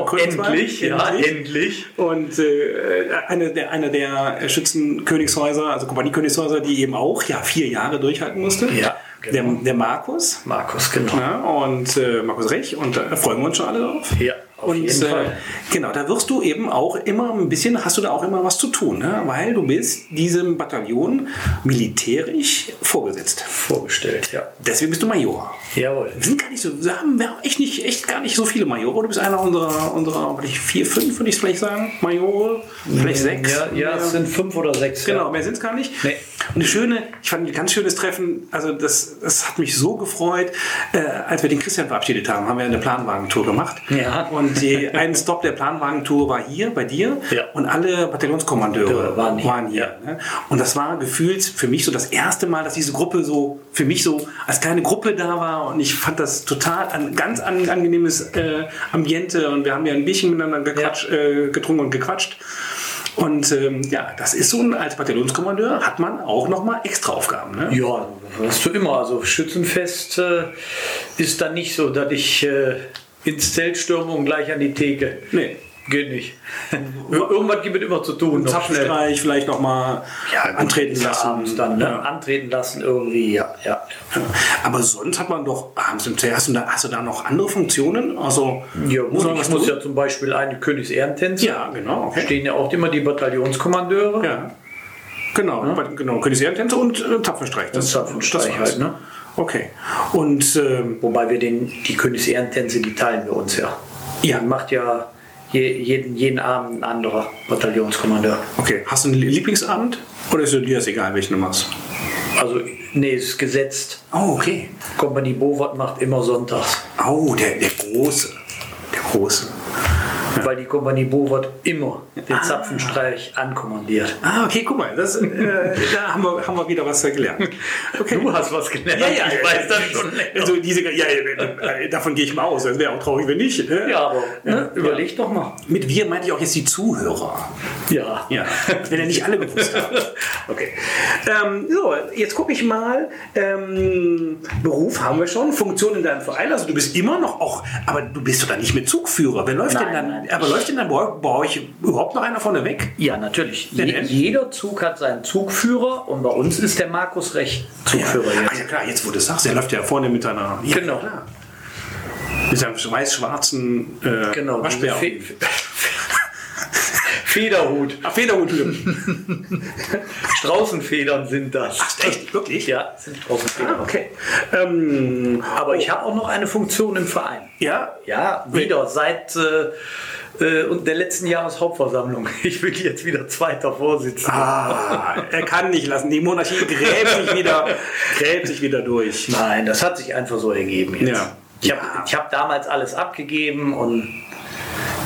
S1: Königswald.
S2: Genau. Endlich, ja, endlich.
S1: Und äh, eine der, eine der Schützenkönigshäuser, also Kompanie Königshäuser, die eben auch ja vier Jahre durchhalten musste.
S2: Ja, genau.
S1: der, der Markus. ne,
S2: Markus, genau.
S1: Ja, und äh, Markus Rech. Und da freuen wir uns schon alle drauf.
S2: Ja,
S1: Und
S2: jeden
S1: äh,
S2: Fall.
S1: genau, da wirst du eben auch immer ein bisschen, hast du da auch immer was zu tun, ne? weil du bist diesem Bataillon militärisch vorgesetzt.
S2: Vorgestellt, ja.
S1: Deswegen bist du Major.
S2: Jawohl.
S1: Wir sind gar nicht so, wir haben, wir haben echt, nicht, echt gar nicht so viele Majore. Du bist einer unserer, unserer vielleicht vier, fünf, würde ich vielleicht sagen. Majore, vielleicht sechs.
S2: Ja, ja, es sind fünf oder sechs.
S1: Genau, mehr sind es gar nicht.
S2: Nee.
S1: Und eine schöne, ich fand ein ganz schönes Treffen, also das, das hat mich so gefreut, äh, als wir den Christian verabschiedet haben, haben wir eine Planwagentour gemacht.
S2: Ja.
S1: Und die, ein Stop der Planwagentour war hier bei dir
S2: Ja.
S1: und alle Bataillonskommandeure
S2: Ja, waren hier.
S1: ne? Und das war gefühlt für mich so das erste Mal, dass diese Gruppe so für mich so als kleine Gruppe da war und ich fand das total ein ganz an, angenehmes äh, Ambiente und wir haben ja ein Bierchen miteinander gequatscht, äh, getrunken und gequatscht. Und ähm, ja, das ist so ein, als Bataillonskommandeur hat man auch nochmal extra Aufgaben. Ne?
S2: Ja, hast du immer. Also Schützenfest äh, ist dann nicht so, dass ich äh, ins Zelt stürme und gleich an die Theke.
S1: Nee.
S2: Geht nicht. Ir- Irgendwas gibt es immer zu tun. noch schnell.
S1: Zapfenstreich vielleicht nochmal
S2: Ja, gut,
S1: antreten
S2: bis
S1: lassen.
S2: abends Dann, ne?
S1: Ja.
S2: Antreten lassen irgendwie, ja. ja.
S1: Aber sonst hat man doch abends im Zelt. Hast du da, hast du da noch andere Funktionen? Also
S2: Ja, gut,
S1: man
S2: ich
S1: was
S2: muss
S1: tun?
S2: ja zum Beispiel einen Königs-Ehrentänzer.
S1: ja, genau. Okay.
S2: Stehen ja auch immer die Bataillonskommandeure.
S1: Ja. Genau, ja. genau. Königsjagdtänze und äh, Zapfenstreich. Das,
S2: Zapfenstreich
S1: war's.
S2: halt, ne?
S1: Okay. Und ähm,
S2: Wobei wir den, die Königs-Ehrentänze, die teilen wir uns ja.
S1: Ja.
S2: Die macht ja je, jeden, jeden Abend ein anderer Bataillonskommandeur.
S1: okay, hast du einen Lieblingsabend? Oder ist dir das egal, welchen du machst?
S2: Also, nee, ist gesetzt.
S1: Oh, okay.
S2: Kompanie Bowert macht immer sonntags,
S1: Oh, der, der Große. Der Große.
S2: weil die Kompanie Bowert immer den Zapfenstreich ankommandiert.
S1: Ah, okay, guck mal, das, äh, da haben wir, haben wir wieder was gelernt. Okay.
S2: Du hast was gelernt.
S1: Ja, ja,
S2: ich weiß das schon länger.
S1: Also diese, ja, äh, davon gehe ich mal aus. Das wäre auch traurig, wenn nicht. ne?
S2: Ja, aber ne, überleg doch mal.
S1: Mit wir meinte ich auch jetzt die Zuhörer.
S2: Ja.
S1: Ja, wenn er nicht alle gewusst hat. Okay. Ähm, so, jetzt gucke ich mal. Ähm, Beruf haben wir schon, Funktion in deinem Verein. Also du bist immer noch auch, aber du bist doch dann nicht mehr Zugführer. Wer läuft
S2: Nein,
S1: denn dann?
S2: nein.
S1: Aber läuft denn dann bei, bei euch überhaupt noch einer vorne weg?
S2: Ja, natürlich.
S1: Denn
S2: Je,
S1: er-
S2: jeder Zug hat seinen Zugführer und bei uns ist der Markus Recht Zugführer
S1: ja. Ah,
S2: jetzt.
S1: ja klar, jetzt wo du es sagst, der läuft ja vorne mit deiner. Ja,
S2: Genau.
S1: Klar. Mit seinem weiß-schwarzen äh,
S2: Genau. diese
S1: Waschbär.
S2: Fe- Federhut.
S1: Ach, Federhuthüren.
S2: Straußenfedern sind das.
S1: Ach, echt? Wirklich?
S2: Ja, sind
S1: Ah,
S2: Straußenfedern.
S1: okay. Ähm,
S2: Aber ich habe auch noch eine Funktion im Verein.
S1: ja,
S2: Ja, wieder seit äh, äh, und der letzten Jahreshauptversammlung. Ich bin jetzt wieder zweiter Vorsitzender.
S1: Ah, er kann nicht lassen. Die Monarchie gräbt sich wieder, gräbt sich wieder durch.
S2: Nein, das hat sich einfach so ergeben jetzt.
S1: Ja.
S2: Ich habe ich hab damals alles abgegeben und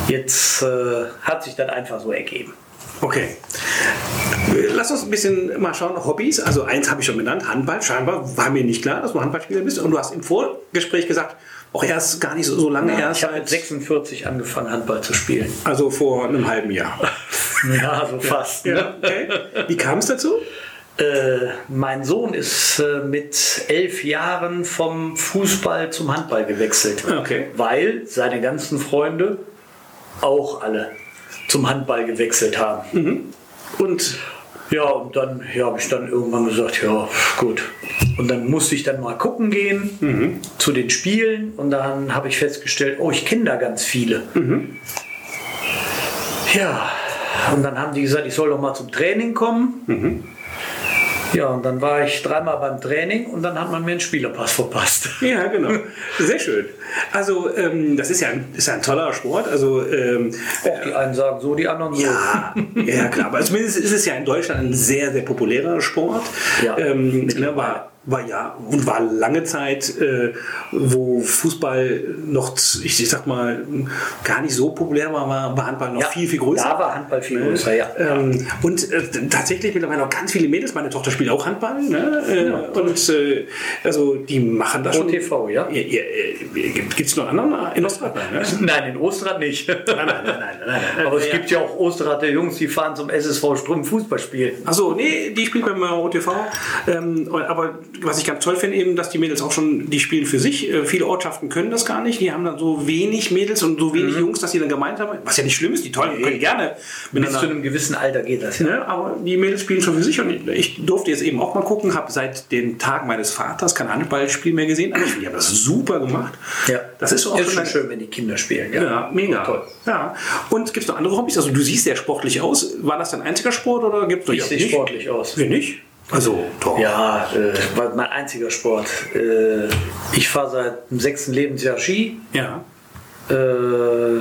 S2: jetzt äh, hat sich das einfach so ergeben.
S1: Okay. Lass uns ein bisschen mal schauen. Hobbys. Also eins habe ich schon genannt. Handball. Scheinbar war mir nicht klar, dass du Handballspieler bist. Und du hast im Vorgespräch gesagt, auch erst gar nicht so, so lange erst.
S2: Ich habe mit 46 angefangen, Handball zu spielen.
S1: also vor einem halben Jahr.
S2: Ja, so fast.
S1: Ja,
S2: Ne?
S1: okay. Wie kam es dazu?
S2: Äh, mein Sohn ist äh, mit elf Jahren vom Fußball zum Handball gewechselt.
S1: Okay.
S2: Weil seine ganzen Freunde auch alle zum Handball gewechselt haben.
S1: Und
S2: Ja, und dann ja, habe ich dann irgendwann gesagt, ja, gut. Und dann musste ich dann mal gucken gehen
S1: Mhm.
S2: zu den Spielen und dann habe ich festgestellt, oh, ich kenne da ganz viele.
S1: Mhm.
S2: Ja, und dann haben die gesagt, ich soll doch mal zum Training kommen.
S1: Mhm.
S2: Ja, und dann war ich dreimal beim Training und dann hat man mir einen Spielerpass verpasst.
S1: Ja, genau. Sehr schön. Also, ähm, das ist ja, ein, ist ja ein toller Sport. Also, ähm,
S2: Auch die einen sagen so, die anderen so.
S1: Ja, ja klar. Aber zumindest ist es ja in Deutschland ein sehr, sehr populärer Sport.
S2: Ja.
S1: Ähm, ne, war, war ja und war lange Zeit, äh, wo Fußball noch, z- ich, ich sag mal, gar nicht so populär war, war, war Handball noch
S2: Ja,
S1: viel, viel größer.
S2: Da war Handball viel größer, ja.
S1: Ähm, und äh, tatsächlich mittlerweile auch ganz viele Mädels. Meine Tochter spielt auch Handball. Ne? Äh, Und äh, also die machen das
S2: Pro
S1: schon.
S2: TV, ja.
S1: Ihr- ihr- Gibt es noch einen anderen in Ostdeutschland? Ne?
S2: Nein, in Osterrad nicht.
S1: nein, nein, nein, nein, nein.
S2: Aber es
S1: Ja.
S2: gibt ja auch Osterrad der Jungs, die fahren zum SSV Ström Fußball spielen.
S1: äh, Achso, nee, die spielt beim TV. Ähm, aber was ich ganz toll finde, eben, dass die Mädels auch schon, die spielen für sich. Äh, viele Ortschaften können das gar nicht. Die haben dann so wenig Mädels und so wenig Jungs, dass die dann gemeint haben, was ja nicht schlimm ist, die tollen können gerne
S2: Bis zu
S1: miteinander.
S2: einem gewissen Alter geht das.
S1: Ne? Aber die Mädels spielen schon für sich und ich durfte jetzt eben auch mal gucken, habe seit dem Tag meines Vaters kein Handballspiel mehr gesehen, aber ich finde, die haben das super gemacht. Das ist so auch
S2: ist
S1: schon
S2: schon
S1: ein-
S2: schön, wenn die Kinder spielen. Ja,
S1: Ja, mega.
S2: Toll.
S1: Ja. Und gibt es noch andere Hobbys? Also du siehst sehr sportlich aus. War das dein einziger Sport oder gibt es noch
S2: Ich sehe sportlich aus.
S1: Wir nicht? Also doch.
S2: Ja, äh, war mein einziger Sport. Äh, ich fahre seit dem sechsten Lebensjahr Ski.
S1: Ja.
S2: Äh,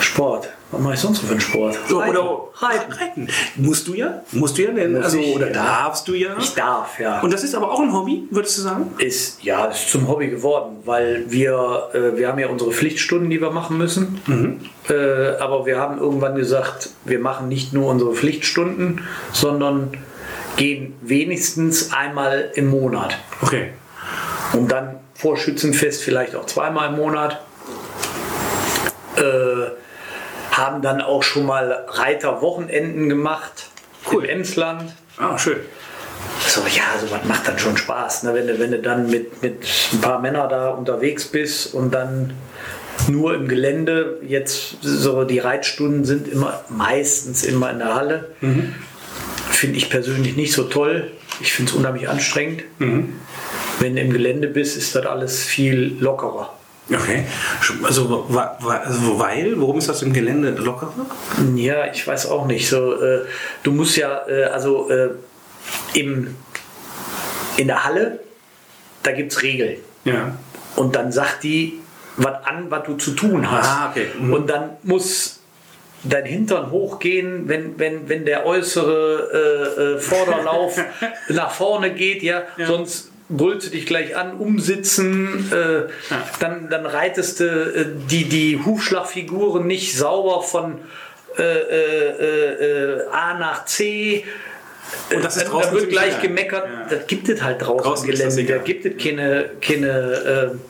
S2: Sport. Was mache ich sonst so für einen Sport?
S1: So, Oder reiten. reiten. Musst du ja? Musst du ja denn?
S2: Muss
S1: Also,
S2: ich,
S1: oder
S2: ja.
S1: darfst du ja?
S2: Ich darf, ja.
S1: Und das ist aber auch ein Hobby, würdest du sagen?
S2: ist ja ist zum Hobby geworden, weil wir, äh, wir haben ja unsere Pflichtstunden, die wir machen müssen. Äh, aber wir haben irgendwann gesagt, wir machen nicht nur unsere Pflichtstunden, sondern gehen wenigstens einmal im Monat.
S1: Okay.
S2: Und dann vor Schützenfest vielleicht auch zweimal im Monat. Äh, haben dann auch schon mal Reiterwochenenden gemacht.
S1: Cool.
S2: Im Emsland.
S1: Ah, schön.
S2: So, ja, sowas macht dann schon Spaß, ne? wenn, du, wenn du dann mit, mit ein paar Männern da unterwegs bist und dann nur im Gelände, jetzt so die Reitstunden sind immer meistens immer in der Halle. Finde ich persönlich nicht so toll. Ich finde es unheimlich anstrengend. Wenn du im Gelände bist, ist das alles viel lockerer.
S1: Okay. Also, wa- wa- also, weil, warum ist das im Gelände lockerer?
S2: Ja, ich weiß auch nicht. So, äh, du musst ja, äh, also äh, im, in der Halle, da gibt es Regeln.
S1: Ja.
S2: und dann sagt die was an, was du zu tun hast.
S1: Ah, okay. Mhm.
S2: Und dann muss dein Hintern hochgehen, wenn, wenn, wenn der äußere äh, äh, Vorderlauf nach vorne geht, ja, sonst brüllst du dich gleich an, umsitzen, äh, dann, dann reitest du äh, die, die Hufschlagfiguren nicht sauber von äh, äh, äh, A nach C.
S1: Und das ist
S2: Dann-
S1: draußen
S2: dann wird
S1: ziemlich
S2: gleich
S1: egal.
S2: gemeckert,
S1: Ja.
S2: das gibt es halt draußen,
S1: Draußen
S2: im
S1: ist das
S2: Gelände, da
S1: egal.
S2: gibt es keine, keine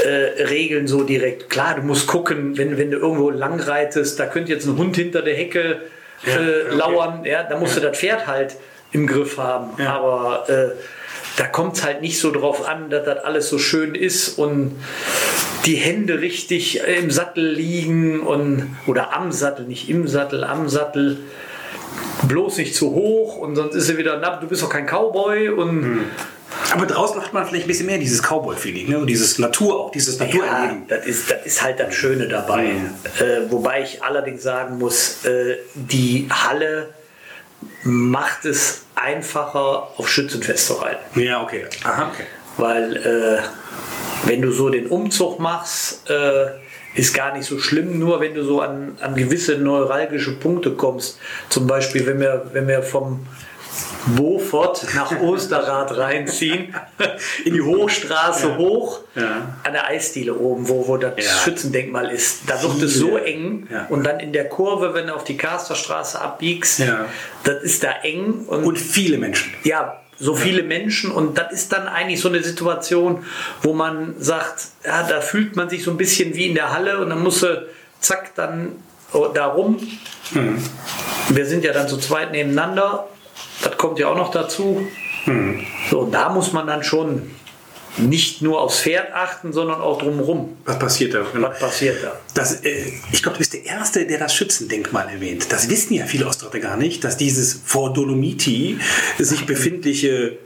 S2: äh, äh, Regeln so direkt. Klar, du musst gucken, wenn, wenn du irgendwo lang reitest, da könnte jetzt ein Hund hinter der Hecke äh,
S1: ja, okay.
S2: lauern, ja, da musst du das Pferd halt im Griff haben.
S1: Ja.
S2: Aber äh, da kommt es halt nicht so drauf an, dass das alles so schön ist und die Hände richtig im Sattel liegen und oder am Sattel, nicht im Sattel, am Sattel bloß nicht zu hoch und sonst ist sie wieder, na, du bist doch kein Cowboy
S1: Hm.
S2: und
S1: Aber draußen hat man vielleicht ein bisschen mehr dieses Cowboy-Feeling, ne? dieses Natur, auch dieses
S2: ja,
S1: Naturerleben.
S2: das ist, das ist halt das Schöne dabei. Äh, wobei ich allerdings sagen muss, äh, die Halle macht es einfacher, auf Schützenfest zu reiten.
S1: Ja. okay. Aha, okay.
S2: Weil äh, wenn du so den Umzug machst, äh, ist gar nicht so schlimm, nur wenn du so an, an gewisse neuralgische Punkte kommst. Zum Beispiel, wenn wir, wenn wir vom Beaufort nach Osterrad reinziehen, in die Hochstraße hoch,
S1: Ja.
S2: an der Eisdiele oben, wo, wo das
S1: Ja.
S2: Schützendenkmal ist. Da wird es so eng
S1: Ja.
S2: und dann in der Kurve, wenn du auf die Karsterstraße abbiegst,
S1: Ja.
S2: das ist da eng und,
S1: Und viele Menschen.
S2: ja, so viele Menschen und das ist dann eigentlich so eine Situation, wo man sagt, ja, da fühlt man sich so ein bisschen wie in der Halle und dann muss sie zack dann oh, da rum. Wir sind ja dann zu zweit nebeneinander, das kommt ja auch noch dazu. So, und da muss man dann schon nicht nur aufs Pferd achten, sondern auch drumherum.
S1: Was passiert da? Genau.
S2: Was passiert da?
S1: Das, äh, ich glaube, du bist der Erste, der das Schützendenkmal erwähnt. Das wissen ja viele Ostdeutsche gar nicht, dass dieses vor Dolomiti sich befindliche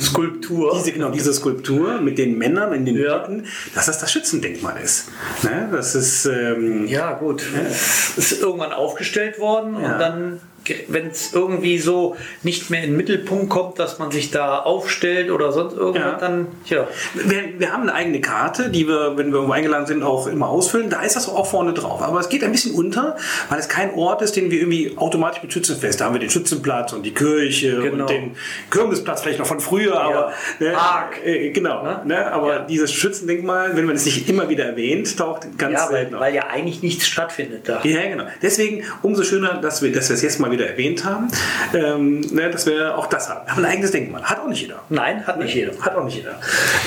S2: Skulptur.
S1: diese, genau, diese Skulptur mit den Männern in den
S2: Ja.
S1: Hütten, dass das das Schützendenkmal ist. Ne? Das ist ähm,
S2: Ja, gut. Es ist irgendwann aufgestellt worden
S1: Ja.
S2: und dann, wenn es irgendwie so nicht mehr in den Mittelpunkt kommt, dass man sich da aufstellt oder sonst irgendwas,
S1: Ja.
S2: dann, ja.
S1: Wir, wir haben eine eigene Karte, die wir, wenn wir irgendwo eingeladen sind, auch immer ausfüllen. Da ist das auch vorne drauf. Aber es geht ein bisschen unter, weil es kein Ort ist, den wir irgendwie automatisch mit Schützenfest. Da haben wir den Schützenplatz und die Kirche
S2: Genau.
S1: und den Kirmesplatz vielleicht noch von früher. Aber,
S2: Ja.
S1: ne,
S2: Park.
S1: Äh, genau.
S2: Ne?
S1: Ne, aber
S2: Ja.
S1: dieses Schützendenkmal, wenn man es nicht immer wieder erwähnt, taucht ganz
S2: Ja, weil,
S1: selten auf.
S2: weil ja eigentlich nichts stattfindet da.
S1: Ja, genau. Deswegen umso schöner, dass wir, dass wir es jetzt mal wieder erwähnt haben, ähm, ne, dass wir auch das haben. Wir haben ein eigenes Denkmal. Hat auch nicht jeder.
S2: Nein, hat nicht jeder.
S1: Hat auch nicht jeder.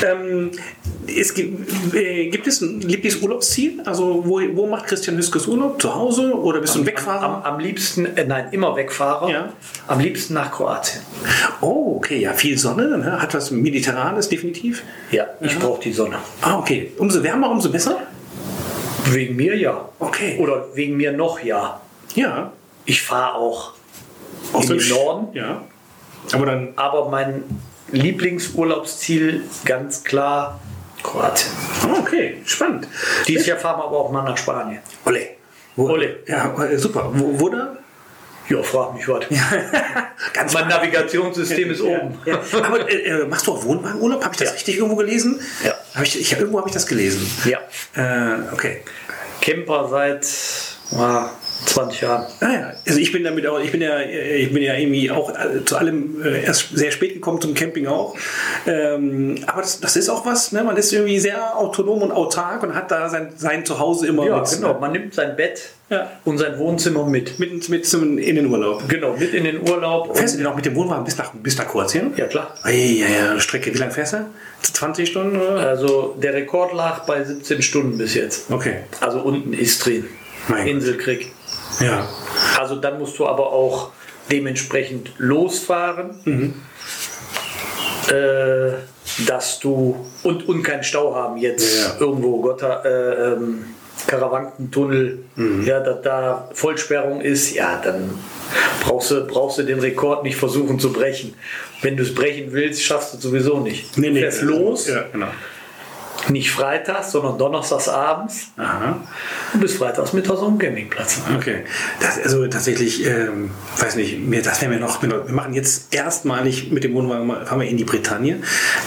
S1: Ähm, es gibt, äh, gibt es ein Lieblingsurlaubsziel? Also wo, wo macht Christian Hüskes Urlaub? Zu Hause oder bist du ein Wegfahrer?
S2: Am, am liebsten, äh, nein, immer Wegfahrer.
S1: Ah. Ja.
S2: Am liebsten nach Kroatien.
S1: oh, okay, ja, viel Sonne, ne? hat was Mediterranes definitiv.
S2: Ja, ich brauche die Sonne.
S1: Ah, okay. Umso wärmer, umso besser?
S2: Wegen mir ja.
S1: Okay.
S2: Oder wegen mir noch ja.
S1: Ja.
S2: Ich fahre auch in
S1: dem
S2: den Norden.
S1: Ja. Aber dann
S2: Aber mein Lieblingsurlaubsziel ganz klar Kroatien.
S1: Ah, Okay, spannend.
S2: Dieses Jahr fahren wir aber auch mal nach Spanien.
S1: Ole. Wo,
S2: Ole.
S1: Ja, äh, super. Wo, wo da?
S2: Ja, frag mich was.
S1: Ganz
S2: Mein Navigationssystem ist
S1: Ja,
S2: oben.
S1: ja. Aber äh, äh, machst du auch Wohnwagenurlaub? Habe ich das
S2: Ja.
S1: richtig irgendwo gelesen?
S2: Ja.
S1: Hab ich, ich, irgendwo habe ich das gelesen.
S2: Ja.
S1: Äh, okay.
S2: Camper seit ah, 20 Jahren.
S1: Ah, ja. Also ich bin damit auch, ich bin ja, äh, ich bin ja irgendwie auch äh, zu allem äh, erst sehr spät gekommen zum Camping auch. Ähm, aber das, das ist auch was, ne? Man ist irgendwie sehr autonom und autark und hat da sein, sein Zuhause immer
S2: Ja,
S1: mit, ne?
S2: genau. Man nimmt sein Bett
S1: Ja.
S2: und sein Wohnzimmer mit.
S1: mit, mit zum, in den Urlaub.
S2: Genau, mit in den Urlaub. Und,
S1: Fährst du denn auch mit dem Wohnwagen bis nach, bis nach Kroatien?
S2: ja, klar.
S1: Ei, ja, ja, Strecke. Wie lange fährst du? 20 Stunden? Oder?
S2: Also der Rekord lag bei 17 Stunden bis jetzt.
S1: Okay.
S2: Also unten Istrien,
S1: Mein Gott.
S2: Inselkrieg.
S1: Ja.
S2: Also dann musst du aber auch dementsprechend losfahren,
S1: Mhm.
S2: äh, dass du und, und keinen Stau haben jetzt
S1: Ja, ja.
S2: irgendwo Gotter, äh, ähm, Karawankentunnel,
S1: Mhm.
S2: ja, dass da Vollsperrung ist, ja, dann brauchst du, brauchst du den Rekord nicht versuchen zu brechen. Wenn du es brechen willst, schaffst du es sowieso nicht.
S1: Nee, nee.
S2: Du fährst los,
S1: Ja, genau.
S2: nicht freitags, sondern donnerstags abends
S1: Aha.
S2: und bis freitags mittags am Campingplatz.
S1: Okay. Das, also tatsächlich, ähm, weiß nicht, mir, das wäre mir noch, wir machen jetzt erstmalig mit dem Wohnwagen, mal- fahren wir in die Bretagne,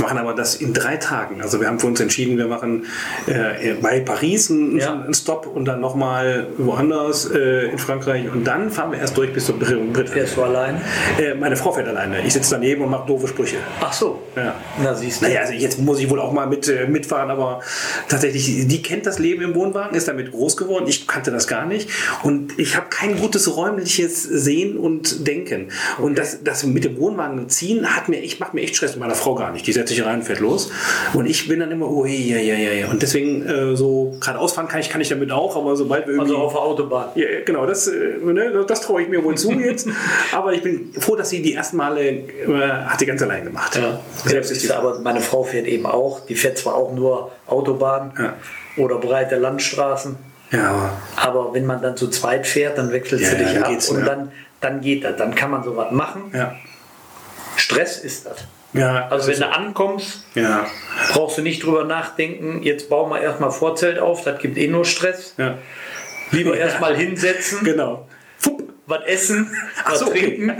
S1: machen aber das in drei Tagen. Also wir haben für uns entschieden, wir machen äh, bei Paris einen,
S2: Ja.
S1: einen Stop und dann nochmal woanders äh, in Frankreich und dann fahren wir erst durch bis zur Bre- Bretagne.
S2: Fährst du allein?
S1: Äh, meine Frau fährt alleine. Ich sitze daneben und mache doofe Sprüche.
S2: Ach so.
S1: Ja.
S2: Na siehst du.
S1: Naja, also jetzt muss ich wohl auch mal mit, äh, mitfahren, aber tatsächlich, die kennt das Leben im Wohnwagen, ist damit groß geworden. Ich kannte das gar nicht. Und ich habe kein gutes räumliches Sehen und Denken. Und das, das mit dem Wohnwagen ziehen hat mir echt, macht mir echt Stress. Meiner Frau gar nicht. Die setzt sich rein, fährt los. Und ich bin dann immer, oh ja, ja, ja, ja. Und deswegen äh, so geradeaus fahren kann ich, kann ich damit auch, aber sobald wir irgendwie.
S2: Also auf der Autobahn.
S1: Ja, genau, das, äh, ne, das traue ich mir wohl zu jetzt. Aber ich bin froh, dass sie die ersten Male äh, hat sie ganz allein gemacht. Selbst
S2: Selbst
S1: ist die
S2: ist aber meine Frau fährt eben auch. Die fährt zwar auch nur Autobahn
S1: Ja.
S2: oder breite Landstraßen,
S1: Ja, aber
S2: aber wenn man dann zu zweit fährt, dann wechselst
S1: Ja,
S2: du
S1: ja,
S2: dich
S1: dann
S2: ab
S1: geht's,
S2: und
S1: ja.
S2: dann, dann geht das. Dann kann man sowas machen.
S1: ja.
S2: Stress ist das.
S1: Ja,
S2: Also wenn du ankommst,
S1: ja,
S2: brauchst du nicht drüber nachdenken, jetzt bauen wir erstmal Vorzelt auf, das gibt eh nur Stress.
S1: ja.
S2: Lieber erstmal hinsetzen,
S1: Genau. Fupp.
S2: was essen,
S1: Ach
S2: was
S1: so, okay.
S2: trinken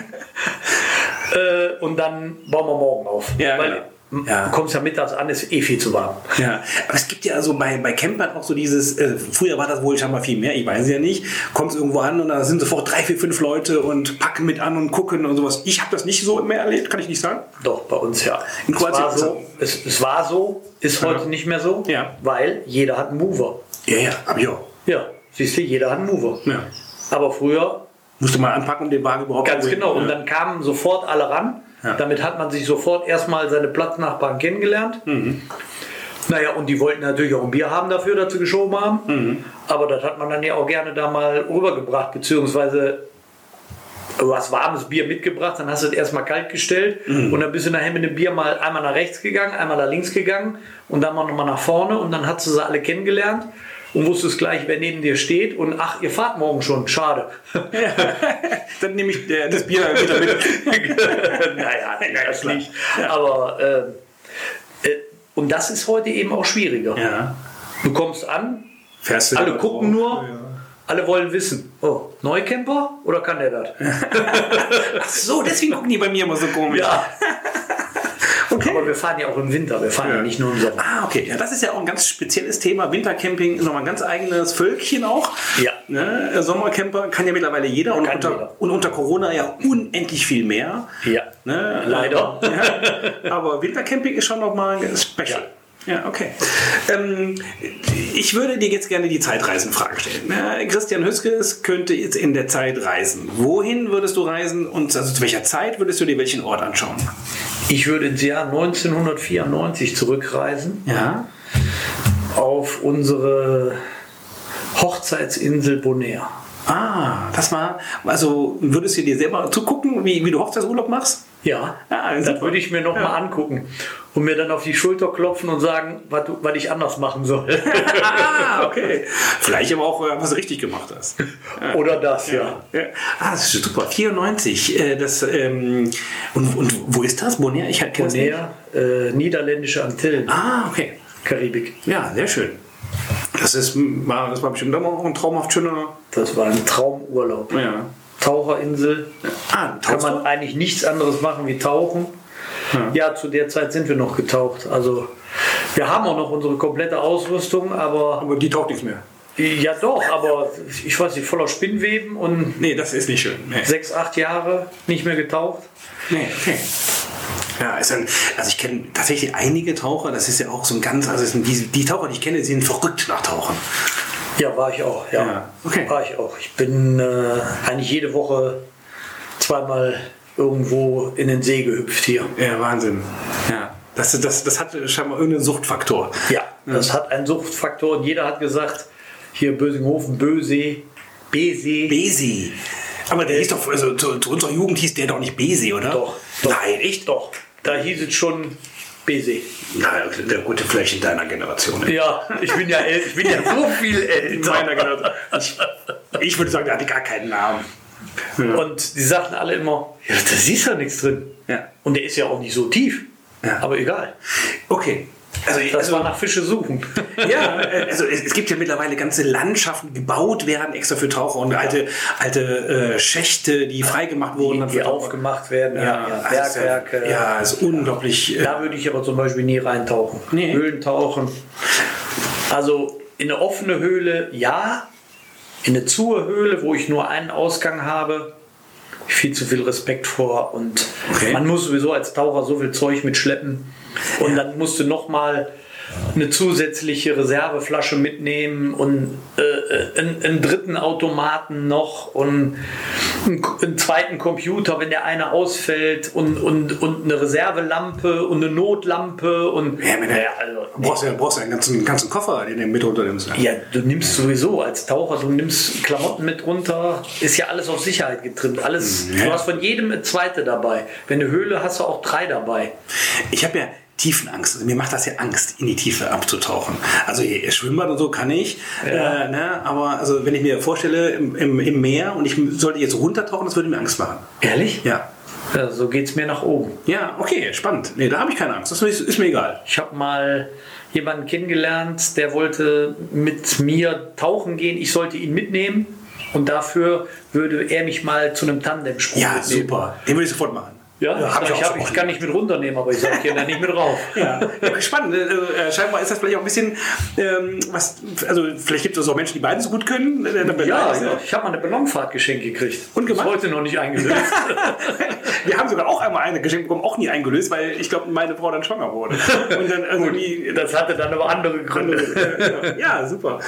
S2: äh, und dann bauen wir morgen auf.
S1: Ja,
S2: Weil
S1: genau.
S2: m-
S1: Ja.
S2: du kommst ja mittags an, ist eh viel zu warm.
S1: Ja, aber es gibt ja also bei, bei Campern auch so dieses, äh, früher war das wohl scheinbar viel mehr, ich weiß es ja nicht, kommst irgendwo an und da sind sofort drei, vier, fünf Leute und packen mit an und gucken und sowas. Ich habe das nicht so mehr erlebt, kann ich nicht sagen.
S2: Doch, bei uns ja.
S1: In
S2: es,
S1: Kroatien
S2: war
S1: ist
S2: so, es, es war so, ist heute nicht mehr so,
S1: Ja.
S2: weil jeder hat einen Mover.
S1: Ja, ja, aber ja.
S2: Ja, siehst du, jeder hat einen Mover.
S1: ja.
S2: Aber früher,
S1: Musste mal anpacken, um den Wagen überhaupt
S2: ganz
S1: zu-
S2: genau, und
S1: Ja.
S2: dann kamen sofort alle ran.
S1: Ja.
S2: Damit hat man sich sofort erstmal seine Platznachbarn kennengelernt.
S1: Mhm.
S2: Naja, und die wollten natürlich auch ein Bier haben dafür, dazu geschoben haben.
S1: Mhm.
S2: Aber das hat man dann ja auch gerne da mal rübergebracht, beziehungsweise du hast warmes Bier mitgebracht, dann hast du es erstmal kalt gestellt
S1: Mhm.
S2: und dann bist du nachher mit dem Bier mal einmal nach rechts gegangen, einmal nach links gegangen und dann mal nochmal nach vorne und dann hast du sie alle kennengelernt und wusstest gleich, wer neben dir steht und ach, ihr fahrt morgen schon, schade.
S1: Dann nehme ich äh, das Bier wieder mit.
S2: naja, das nicht. Aber ähm, äh, und das ist heute eben auch schwieriger.
S1: ja.
S2: Du kommst an,
S1: Fährst du
S2: alle
S1: da
S2: gucken
S1: drauf?
S2: nur, alle wollen wissen, oh, Neukämper oder kann der das?
S1: Ach so, deswegen gucken die bei mir immer so komisch.
S2: Ja. Aber wir fahren ja auch im Winter, wir fahren ja,
S1: Ja.
S2: nicht nur im Sommer.
S1: Ah, okay. Ja, das ist ja auch ein ganz spezielles Thema. Wintercamping ist nochmal ein ganz eigenes Völkchen auch.
S2: Ja.
S1: Ne? äh, Sommercamper kann ja mittlerweile jeder und,
S2: Kann
S1: unter,
S2: jeder.
S1: und unter Corona ja unendlich viel mehr.
S2: Ja.
S1: Ne? Äh,
S2: Leider.
S1: Ja. Aber Wintercamping ist schon nochmal ein Special. Ja. okay. Ähm, ich würde dir jetzt gerne die Zeitreisenfrage stellen. Ne? Christian Hüskes könnte jetzt in der Zeit reisen. Wohin würdest du reisen und also zu welcher Zeit würdest du dir welchen Ort anschauen?
S2: Ich würde ins Jahr 1994 zurückreisen
S1: Ja.
S2: auf unsere Hochzeitsinsel Bonaire.
S1: Ah, das war, also würdest du dir selber zugucken, wie, wie du Hochzeitsurlaub machst?
S2: Ja,
S1: Ah,
S2: das
S1: super.
S2: würde ich mir noch mal angucken und mir dann auf die Schulter klopfen und sagen, was, du- was ich anders machen soll.
S1: Ah, okay. Vielleicht aber auch, äh, was du richtig gemacht hast.
S2: Oder das, ja.
S1: Ja. Ah, das ist super. 94. Äh, das, ähm, und, und wo ist das? Bonaire? Ich halt kenn's nicht.
S2: Bonaire, äh, niederländische Antillen,
S1: Ah, okay.
S2: Karibik.
S1: Ja, sehr schön. Das, ist, war, das war bestimmt dann auch ein traumhaft schöner.
S2: Das war ein Traumurlaub.
S1: Ja.
S2: Taucherinsel.
S1: Ah,
S2: Kann
S1: tauchst
S2: man
S1: du?
S2: eigentlich nichts anderes machen wie tauchen. Ja. zu der Zeit sind wir noch getaucht. Also wir haben auch noch unsere komplette Ausrüstung, aber
S1: Aber die taucht nicht mehr.
S2: ja doch, aber ich weiß nicht, voller Spinnweben und
S1: Nee, das ist nicht schön. Nee.
S2: sechs, acht Jahre nicht mehr getaucht.
S1: Nee, okay. Ja, ist ein, also ich kenne tatsächlich einige Taucher, das ist ja auch so ein ganz, also es sind die, die Taucher, die ich kenne, sind verrückt nach Tauchen.
S2: Ja, war ich auch, ja.
S1: Ja, okay.
S2: War ich auch. Ich bin äh, eigentlich jede Woche zweimal irgendwo in den See gehüpft hier.
S1: Ja, Wahnsinn. Ja. Das, das, das hat scheinbar irgendeinen Suchtfaktor.
S2: Ja, das hat einen Suchtfaktor und jeder hat gesagt, hier Bösinghofen, Bösee, Besee.
S1: Besi. Aber der hieß doch, also zu, zu unserer Jugend hieß der doch nicht Besi, oder?
S2: Doch, doch.
S1: Nein, echt?
S2: Doch, da hieß es schon Besee.
S1: Na, der gute vielleicht in deiner Generation.
S2: Ja, ich bin ja, äl- ich bin ja so viel
S1: In
S2: älter.
S1: meiner Generation. Ich, ich würde sagen, der hatte gar keinen Namen.
S2: Und die sagten alle immer, ja, da siehst du ja nichts drin.
S1: Ja.
S2: Und der ist ja auch nicht so tief.
S1: Ja.
S2: Aber egal.
S1: Okay. Also,
S2: Das
S1: also
S2: war nach Fische suchen.
S1: Ja, äh, also es, es gibt ja mittlerweile ganze Landschaften, die gebaut werden extra für Taucher und alte, alte äh, Schächte, die freigemacht wurden. dann
S2: Die
S1: für Taucher.
S2: aufgemacht werden, ja,
S1: Ja,
S2: ja,
S1: also es ist ja-
S2: Bergwerke.
S1: Ja, ist unglaublich. Äh,
S2: Da würde ich aber zum Beispiel nie reintauchen.
S1: Nee.
S2: Höhlen tauchen. Also in eine offene Höhle ja, in eine zuhe Höhle, wo ich nur einen Ausgang habe, hab ich viel zu viel Respekt vor und
S1: Okay.
S2: man muss sowieso als Taucher so viel Zeug mitschleppen und dann musst du noch mal eine zusätzliche Reserveflasche mitnehmen und äh, äh, einen, einen dritten Automaten noch und einen, K- einen zweiten Computer, wenn der eine ausfällt und, und, und eine Reservelampe und eine Notlampe und
S1: ja, wenn du-
S2: Ja, also,
S1: du brauchst ja, brauchst ja einen ganzen, ganzen Koffer, den du mit runter nimmst. Ja.
S2: ja, du nimmst sowieso als Taucher, du nimmst Klamotten mit runter, ist ja alles auf Sicherheit getrimmt. Alles,
S1: Ja.
S2: Du hast von jedem eine zweite dabei. Wenn eine Höhle hast du auch drei dabei.
S1: Ich habe ja Tiefenangst. Also mir macht das ja Angst, in die Tiefe abzutauchen. Also eh, Schwimmbad und so kann ich.
S2: Ja.
S1: Äh, ne? Aber also, wenn ich mir vorstelle, im, im, im Meer und ich sollte jetzt runtertauchen, das würde mir Angst machen.
S2: Ehrlich? Ja.
S1: Ja.
S2: so geht's mir nach oben.
S1: Ja, okay, spannend. Nee, da habe ich keine Angst. Das ist, ist mir egal.
S2: Ich habe mal jemanden kennengelernt, der wollte mit mir tauchen gehen. Ich sollte ihn mitnehmen und dafür würde er mich mal zu einem Tandemsprung
S1: Ja,
S2: mitnehmen.
S1: super. Den würde ich sofort machen.
S2: Ja, ich,
S1: hab
S2: sag, ich,
S1: auch
S2: hab, ich
S1: sofort
S2: kann nicht mit runternehmen, aber ich sag hier da nicht mit rauf.
S1: ja, ja, spannend. Äh, äh, scheinbar ist das vielleicht auch ein bisschen, ähm, was, also vielleicht gibt es auch Menschen, die beiden so gut können. Äh, dann
S2: Ja, genau.
S1: beleidigt.
S2: ja. ich habe mal eine Ballonfahrt geschenkt gekriegt.
S1: Und gemacht?
S2: Ist heute noch nicht eingelöst.
S1: Wir haben sogar auch einmal eine geschenkt bekommen, auch nie eingelöst, weil ich glaube, meine Frau dann schwanger wurde. Und dann irgendwie.
S2: das hatte dann aber andere Gründe.
S1: ja, super.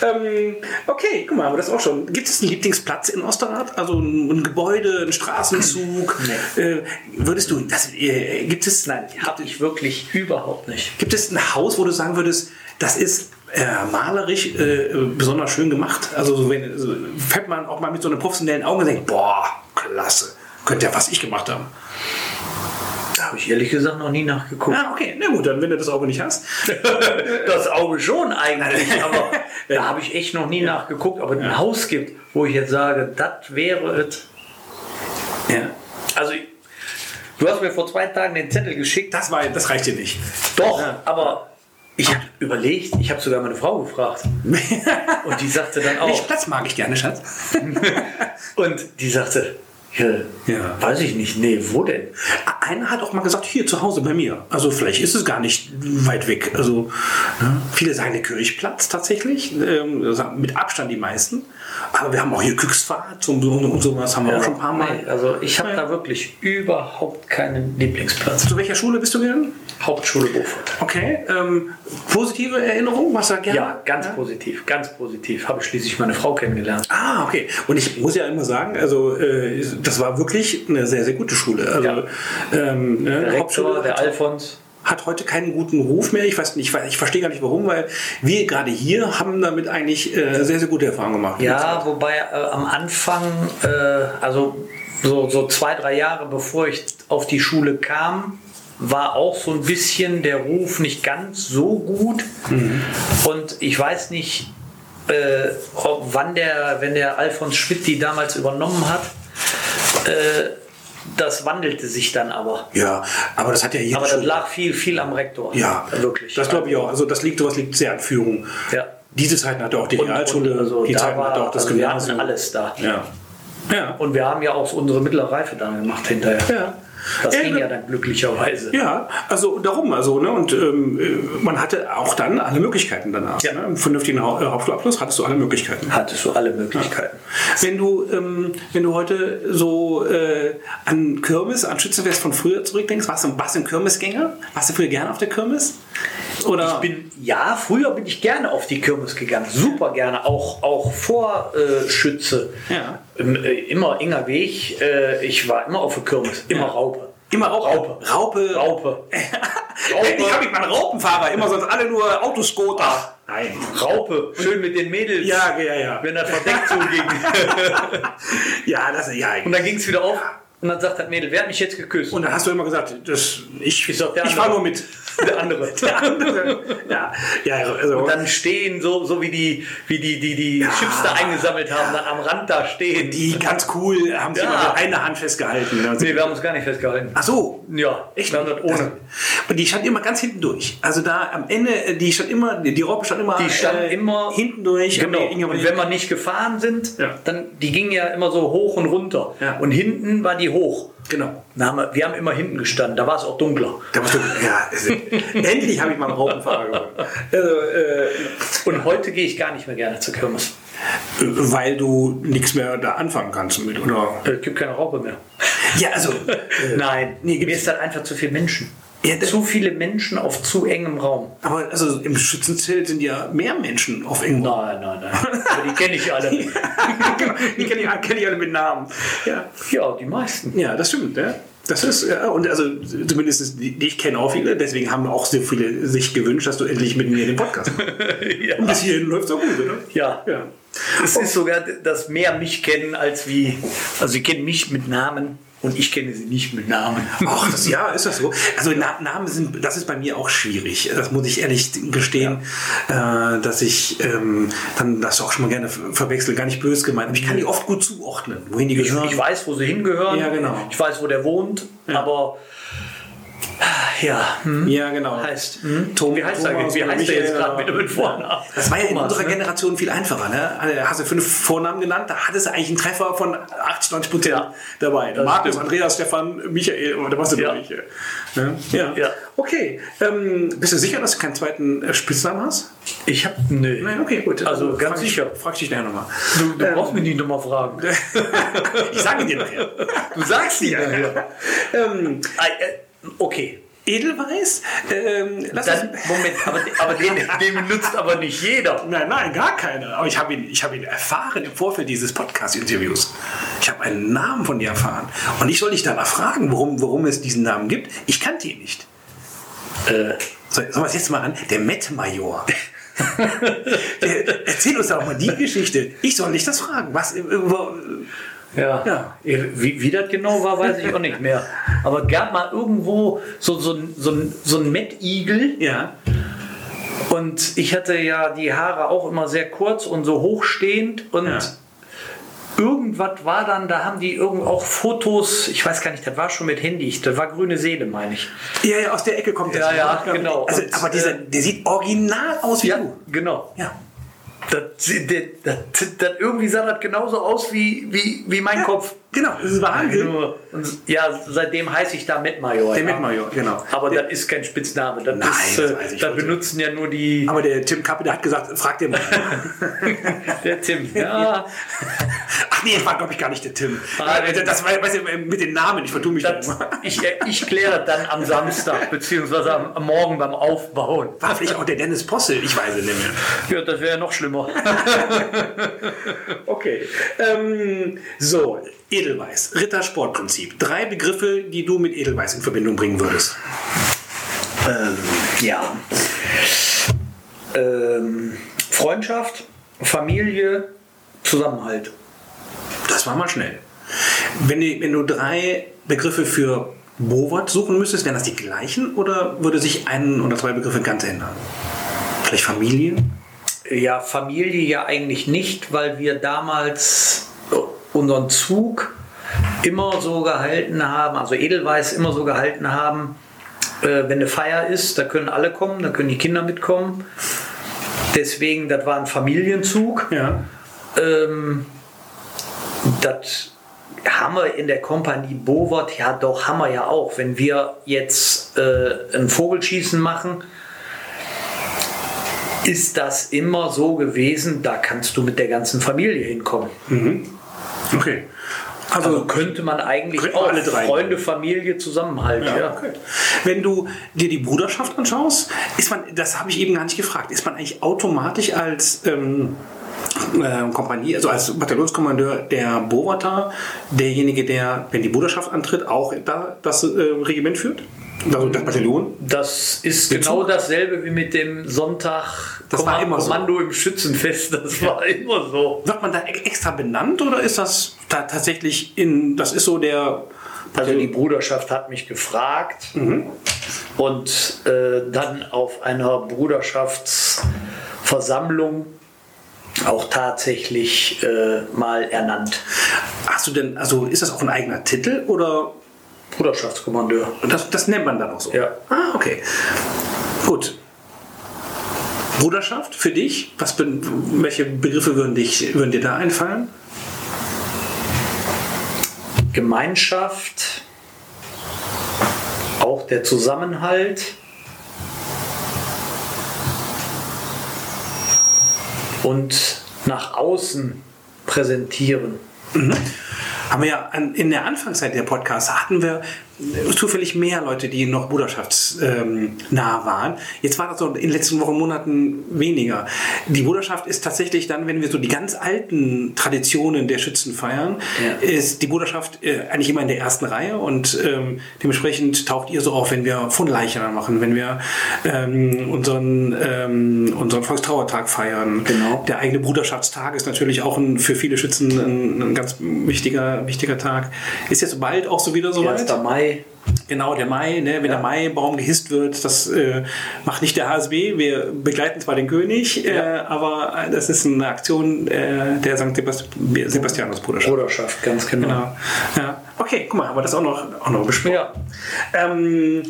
S1: Ähm, okay, guck mal, haben wir das auch schon. Gibt es einen Lieblingsplatz in Osterrad? Also ein, ein Gebäude, ein Straßenzug? Äh, würdest du, das, äh, gibt es, nein,
S2: Habe ich wirklich überhaupt nicht.
S1: Gibt es ein Haus, wo du sagen würdest, das ist äh, malerisch äh, äh, besonders schön gemacht? Also so, wenn, so, fällt man auch mal mit so einem professionellen Auge und denkt, boah, klasse, könnte ja was ich gemacht haben.
S2: Da habe ich ehrlich gesagt noch nie nachgeguckt.
S1: Ah, okay, na gut, dann wenn du das Auge nicht hast.
S2: Das Auge schon eigentlich, aber da habe ich echt noch nie nachgeguckt, ob es ein Haus gibt, wo ich jetzt sage, das wäre es.
S1: Ja.
S2: Also, du hast mir vor zwei Tagen den Zettel geschickt.
S1: Das, war, das reicht dir nicht.
S2: Doch, aber ich habe überlegt, ich habe sogar meine Frau gefragt. Und die sagte dann
S1: Welchen
S2: auch,
S1: Platz mag ich gerne, Schatz?
S2: und die sagte, ja,
S1: Ja.
S2: weiß ich nicht, nee, wo denn?
S1: Einer hat auch mal gesagt, hier zu Hause bei mir. Also vielleicht ist es gar nicht weit weg. Also ne? viele sagen der Kirchplatz tatsächlich, ähm, das sagen mit Abstand die meisten. Aber wir haben auch hier Küchsfahrt und, so- und sowas haben wir auch schon ein paar Mal.
S2: Nee, also ich habe da wirklich überhaupt keinen Lieblingsplatz.
S1: Zu welcher Schule bist du gegangen?
S2: Hauptschule Beaufort.
S1: Okay. Ähm, positive Erinnerung? Was da gerne?
S2: Ja, ganz positiv, ganz positiv. Habe ich schließlich meine Frau kennengelernt.
S1: Ah, okay. Und ich muss ja immer sagen, also äh, das war wirklich eine sehr, sehr gute Schule. Also,
S2: Ja.
S1: ähm, ne,
S2: Ah, Der Rektor,
S1: Hauptschule
S2: der Alfons.
S1: hat heute keinen guten Ruf mehr. Ich weiß nicht, ich, ich verstehe gar nicht warum, weil wir gerade hier haben damit eigentlich äh, sehr, sehr gute Erfahrungen gemacht.
S2: Ja, wobei äh, am Anfang, äh, also so, so zwei, drei Jahre bevor ich auf die Schule kam, war auch so ein bisschen der Ruf nicht ganz so gut. Mhm. Und ich weiß nicht, äh, ob, wann der, wenn der Alfons Schmidt die damals übernommen hat, äh, das wandelte sich dann aber.
S1: Ja, aber das hat ja jede
S2: Aber das
S1: Schule.
S2: lag viel, viel am Rektor.
S1: Ja,
S2: wirklich.
S1: Das glaube ich auch. Also das liegt, sowas liegt sehr an Führung.
S2: Ja.
S1: Diese Zeiten hatte auch die
S2: Und-
S1: Realschule,
S2: und also
S1: die
S2: da
S1: Zeiten
S2: war-
S1: hatte auch das
S2: also wir hatten
S1: Gymnasium.
S2: alles da.
S1: Ja. Ja.
S2: Und wir haben ja auch unsere mittlere Reife dann gemacht hinterher.
S1: ja.
S2: Das
S1: Ja, genau.
S2: ging ja dann glücklicherweise.
S1: Ja, also darum, also, ne, und ähm, äh, man hatte auch dann alle Möglichkeiten danach.
S2: Ja.
S1: Ne? Im vernünftigen Hau- äh, Hauptschulabschluss hattest du alle Möglichkeiten.
S2: Hattest du alle Möglichkeiten.
S1: Wenn du, ähm, wenn du heute so äh, an Kirmes, an Schützenfest von früher zurückdenkst, warst du, warst du ein Kirmesgänger? Warst du früher gerne auf der Kirmes? Oder
S2: Ich bin, ja, früher bin ich gerne auf die Kirmes gegangen. Super gerne. Auch, auch vor äh, Schütze.
S1: Ja.
S2: Ähm, äh, immer enger Weg. Äh, ich war immer auf der Kirmes. Immer
S1: Ja.
S2: Raupe.
S1: immer auch
S2: Raupe.
S1: Raupe.
S2: Raupe.
S1: Endlich habe ich meinen Raupenfahrer, immer sonst alle nur Autoscooter. Nein.
S2: Raupe. Schön mit den Mädels.
S1: Ja, ja, ja.
S2: Wenn er verdeckt zuging.
S1: Ja, das ja.
S2: Und dann ging es wieder auf. Und dann sagt das Mädel, wer hat mich jetzt geküsst?
S1: Und da hast du immer gesagt, das, ich,
S2: Ich sag, der
S1: ich war
S2: andere.
S1: nur mit.
S2: der andere.
S1: Der andere. ja, ja, also.
S2: Und dann stehen, so, so wie die, wie die, die, die Chips da eingesammelt haben, dann am Rand da stehen.
S1: die ganz cool haben sich
S2: Ja.
S1: immer mit einer Hand festgehalten.
S2: Nee, wir haben uns gar nicht festgehalten.
S1: Ach so.
S2: Ja,
S1: Ah, Echt?
S2: wir haben das ohne.
S1: Also, Und die stand immer ganz hinten durch. Also da am Ende, äh, die stand immer, die Robbe stand immer, äh,
S2: Die stand immer-
S1: hinten durch.
S2: Genau.
S1: Und die-
S2: Und wenn wir nicht gefahren sind,
S1: Ja.
S2: dann die gingen ja immer so hoch und runter.
S1: Ja.
S2: Und hinten war die hoch.
S1: genau.
S2: Dann haben wir, wir haben immer hinten gestanden, da war es auch dunkler.
S1: Da musst du, ja, also, endlich habe ich mal einen Raupenfahrer gewonnen. Also, äh,
S2: Und heute gehe ich gar nicht mehr gerne zur Kirmes.
S1: Weil du nichts mehr da anfangen kannst mit, oder?
S2: Es Äh, gibt keine Raupe mehr.
S1: Ja, also.
S2: Nein,
S1: Nee, gibt's-
S2: mir ist das einfach zu viel Menschen.
S1: Ja, das-
S2: zu viele Menschen auf zu engem Raum.
S1: Aber also im Schützenzelt sind ja mehr Menschen auf England.
S2: Nein, nein, nein. Aber die kenne ich alle.
S1: Genau, die kenne ich, kenn ich alle mit Namen. Ja,
S2: Ja, die meisten.
S1: ja das stimmt, ja. Das ist, ja, und also zumindest die, die ich kenne auch viele, deswegen haben auch so viele sich gewünscht, dass du endlich mit mir den Podcast machst. Und bis hierhin läuft es auch gut, oder?
S2: Ja.
S1: ja.
S2: Es ist sogar, dass mehr mich kennen als wie. Also, sie kennen mich mit Namen und ich kenne sie nicht mit Namen.
S1: Ach, das, ja, ist das so? Also Na Namen sind, das ist bei mir auch schwierig. Das muss ich ehrlich gestehen, äh, dass ich ähm, dann das auch schon mal gerne ver- verwechsel, gar nicht böse gemeint. Aber ich kann die oft gut zuordnen, wohin die
S2: Ich,
S1: gehören.
S2: ich weiß, wo sie hingehören.
S1: Ja, genau.
S2: Ich weiß, wo der wohnt, aber. Ja. hm.
S1: Ja, genau.
S2: Heißt, hm?
S1: Tom,
S2: Wie heißt, er,
S1: Thomas
S2: wie
S1: oder
S2: heißt er jetzt
S1: Michael
S2: gerade
S1: oder-
S2: mit dem Vornamen?
S1: Das war ja in
S2: Thomas,
S1: unserer
S2: ne?
S1: Generation viel einfacher. Ne? Hast du fünf Vornamen genannt, da hattest du eigentlich einen Treffer von 80, 90 Prozent
S2: Ja.
S1: dabei.
S2: Das
S1: Markus,
S2: stimmt.
S1: Andreas, Stefan, Michael, oder was du
S2: Ja.
S1: durch. äh, Ne? Ja.
S2: Ja.
S1: Okay. Ähm, bist du sicher, dass du keinen zweiten äh, Spitznamen hast?
S2: Ich hab. Nö.
S1: Nein, okay, Ähm. gut.
S2: Also, ganz
S1: frag dich-
S2: sicher.
S1: Frag dich nachher nochmal.
S2: Du, du brauchst mich nicht nochmal fragen.
S1: Ich sage dir nachher.
S2: Du sagst die nachher.
S1: ähm,
S2: Ah, äh, Okay.
S1: Edelweiß? Ähm, lass
S2: Dann,
S1: uns-
S2: Moment, aber, aber den, den benutzt aber nicht jeder.
S1: Nein, nein, gar keine. Aber ich habe ihn, ich habe ihn erfahren im Vorfeld dieses Podcast-Interviews. Ich habe einen Namen von dir erfahren. Und ich soll dich danach fragen, warum, warum es diesen Namen gibt. Ich kannte ihn nicht.
S2: Äh,
S1: So, sollen wir es jetzt mal an? Der Met-Major. Der- Erzähl uns doch mal die Geschichte. Ich soll nicht das fragen. Was, äh, wo-
S2: Ja.
S1: Ja.
S2: Wie, wie das genau war, weiß ich auch nicht mehr. Aber gab mal irgendwo so, so, ein- so, ein- so ein Mettigel.
S1: ja.
S2: Und ich hatte ja die Haare auch immer sehr kurz und so hochstehend. Und
S1: Ja.
S2: irgendwas war dann, da haben die irgend auch Fotos, ich weiß gar nicht, das war schon mit Handy. Das war grüne Seele, meine ich.
S1: ja, ja, aus der Ecke kommt das.
S2: Ja, ja, genau.
S1: Also,
S2: Und,
S1: aber dieser,
S2: äh,
S1: der sieht original aus wie du.
S2: genau.
S1: Ja.
S2: Das, das, das, das, irgendwie sah das genauso aus wie, wie, wie mein
S1: Ja,
S2: Kopf.
S1: Genau, das ist Wahnsinn.
S2: Nur, und Also, ja, seitdem heiße ich da Metmajor.
S1: Der
S2: ja.
S1: Met-Major, genau.
S2: Aber das ist kein Spitzname. Das,
S1: Nein,
S2: ist,
S1: das
S2: äh,
S1: weiß ich
S2: das
S1: heute.
S2: benutzen ja nur die.
S1: Aber der Tim Kappe, der hat gesagt, frag dir mal.
S2: Der Tim. Ja,
S1: Ach nee, das war, glaube ich, gar nicht der Tim. Äh, Das war, weiß ich, mit den Namen, ich vertue mich da
S2: Das,
S1: immer.
S2: ich, äh, ich kläre das dann am Samstag, beziehungsweise am, am Morgen beim Aufbauen.
S1: War vielleicht auch der Dennis Possel, ich weiß es nicht mehr.
S2: Ja, das wäre ja noch schlimmer.
S1: Okay. Ähm, so, Edelweiß, Rittersportprinzip. Drei Begriffe, die du mit Edelweiß in Verbindung bringen würdest.
S2: Ähm, ja. Ähm, Freundschaft, Familie, Zusammenhalt.
S1: Das war mal schnell. Wenn, die, wenn du drei Begriffe für Bovot suchen müsstest, wären das die gleichen oder würde sich ein oder zwei Begriffe ganz ändern? Vielleicht Familie?
S2: Ja, Familie ja eigentlich nicht, weil wir damals unseren Zug immer so gehalten haben, also Edelweiß immer so gehalten haben, äh, wenn eine Feier ist, da können alle kommen, da können die Kinder mitkommen. Deswegen, das war ein Familienzug.
S1: Ja.
S2: Ähm, das haben wir in der Kompanie Bovert, ja doch, haben wir ja auch. Wenn wir jetzt äh, ein Vogelschießen machen, ist das immer so gewesen, da kannst du mit der ganzen Familie hinkommen.
S1: Okay. Also,
S2: Also könnte man eigentlich
S1: Könnten wir
S2: auch
S1: alle drei.
S2: Freunde, Familie zusammenhalten. Ja,
S1: Ja, okay. Wenn du dir die Bruderschaft anschaust, ist man, das habe ich eben gar nicht gefragt, ist man eigentlich automatisch als ähm, äh, Kompanie, also als Bataillonskommandeur der Bovata, derjenige, der, wenn die Bruderschaft antritt, auch da das äh, Regiment führt? Also das Bataillon?
S2: Das ist
S1: Der
S2: genau
S1: Zug?
S2: dasselbe wie mit dem Sonntag
S1: Das war immer so.
S2: Kommando im Schützenfest. Das war immer so.
S1: Wird man da e- extra benannt oder ist das da tatsächlich in, das ist so der
S2: Also Mhm. die Bruderschaft hat mich gefragt und äh, dann auf einer Bruderschaftsversammlung auch tatsächlich äh, mal ernannt.
S1: Hast du denn, also ist das auch ein eigener Titel oder
S2: Bruderschaftskommandeur.
S1: das, das nennt man dann auch so?
S2: Ja.
S1: Ah, okay. Gut. Bruderschaft für dich? Was be welche Begriffe würden, dich, würden dir da einfallen?
S2: Gemeinschaft, auch der Zusammenhalt und nach außen präsentieren.
S1: Haben wir ja an, in der Anfangszeit der Podcasts hatten wir äh, zufällig mehr Leute, die noch bruderschaftsnah ähm, nah waren. Jetzt war das so in den letzten Wochen, Monaten weniger. Die Bruderschaft ist tatsächlich dann, wenn wir so die ganz alten Traditionen der Schützen feiern,
S2: Ja.
S1: ist die Bruderschaft äh, eigentlich immer in der ersten Reihe und ähm, dementsprechend taucht ihr so auf, wenn wir von Leichnam machen, wenn wir ähm, unseren, ähm, unseren Volkstrauertag feiern.
S2: Genau.
S1: Der eigene Bruderschaftstag ist natürlich auch ein, für viele Schützen ein, ein ganz wichtiger, wichtiger Tag. Ist jetzt bald auch so wieder soweit?
S2: 1. Mai.
S1: Genau, der Mai, ne? wenn der Maibaum gehisst wird, das äh, macht nicht der HSB. Wir begleiten zwar den König, äh, aber das ist eine Aktion äh, der St. Sebast Sebastianus-Bruderschaft.
S2: Bruderschaft, ganz genau.
S1: Genau. Ja. Okay, guck mal, haben wir das auch noch, auch noch besprochen.
S2: Ja,
S1: Ähm,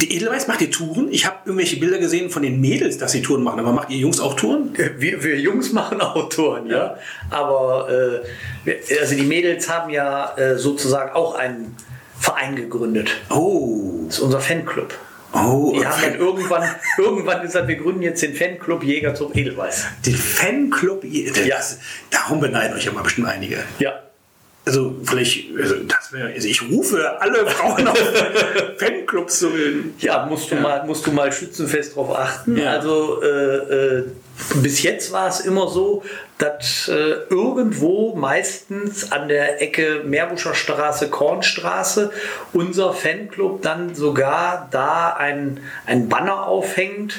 S1: die Edelweiß macht die Touren. Ich habe irgendwelche Bilder gesehen von den Mädels, dass sie Touren machen, aber macht ihr Jungs auch Touren?
S2: wir, wir Jungs machen Autoren, ja. Aber äh, wir- also die Mädels haben ja äh, sozusagen auch einen Verein gegründet.
S1: Oh,
S2: Das ist unser Fanclub.
S1: oh,
S2: Wir haben
S1: okay.
S2: dann irgendwann, irgendwann gesagt, wir gründen jetzt den Fanclub Jäger zum Edelweiß.
S1: den Fanclub.
S2: Ja.
S1: Das, darum beneiden euch ja mal bestimmt einige.
S2: Ja.
S1: Also vielleicht, also das wäre, also ich rufe alle Frauen auf Fanclubs zu bilden.
S2: Ja, musst du, Mal, musst du mal schützenfest drauf achten.
S1: Ja.
S2: Also äh, äh, bis jetzt war es immer so, dass äh, irgendwo meistens an der Ecke Meerbuscher Straße, Kornstraße unser Fanclub dann sogar da ein, ein Banner aufhängt,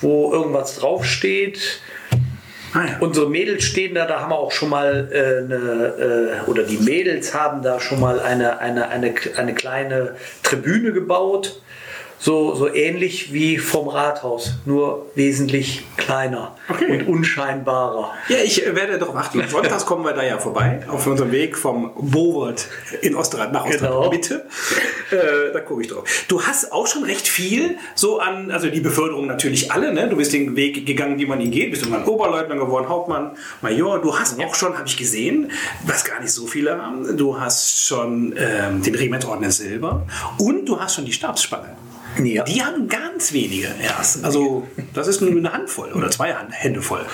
S2: wo irgendwas draufsteht.
S1: Ah, ja.
S2: Unsere Mädels stehen da, da haben wir auch schon mal äh, eine, äh, oder die Mädels haben da schon mal eine, eine, eine, eine kleine Tribüne gebaut. So, so ähnlich wie vom Rathaus, nur wesentlich kleiner
S1: Okay.
S2: und unscheinbarer.
S1: Ja, ich äh, werde darauf achten. Sonntags kommen wir da ja vorbei, auf unserem Weg vom Bowert in Osterrad nach Osterrad.
S2: Genau.
S1: Bitte. Äh, da gucke ich drauf. Du hast auch schon recht viel so an, also die Beförderung natürlich alle, ne? Du bist den Weg gegangen, wie man ihn geht. Bist irgendwann Oberleutnant geworden, Hauptmann, Major. Du hast auch schon, habe ich gesehen, was gar nicht so viele haben, du hast schon ähm, den Regimentsorden in Silber und du hast schon die Stabsspange.
S2: Ja.
S1: Die haben ganz wenige erst. Also das ist nur eine Handvoll oder zwei Hand- Hände voll.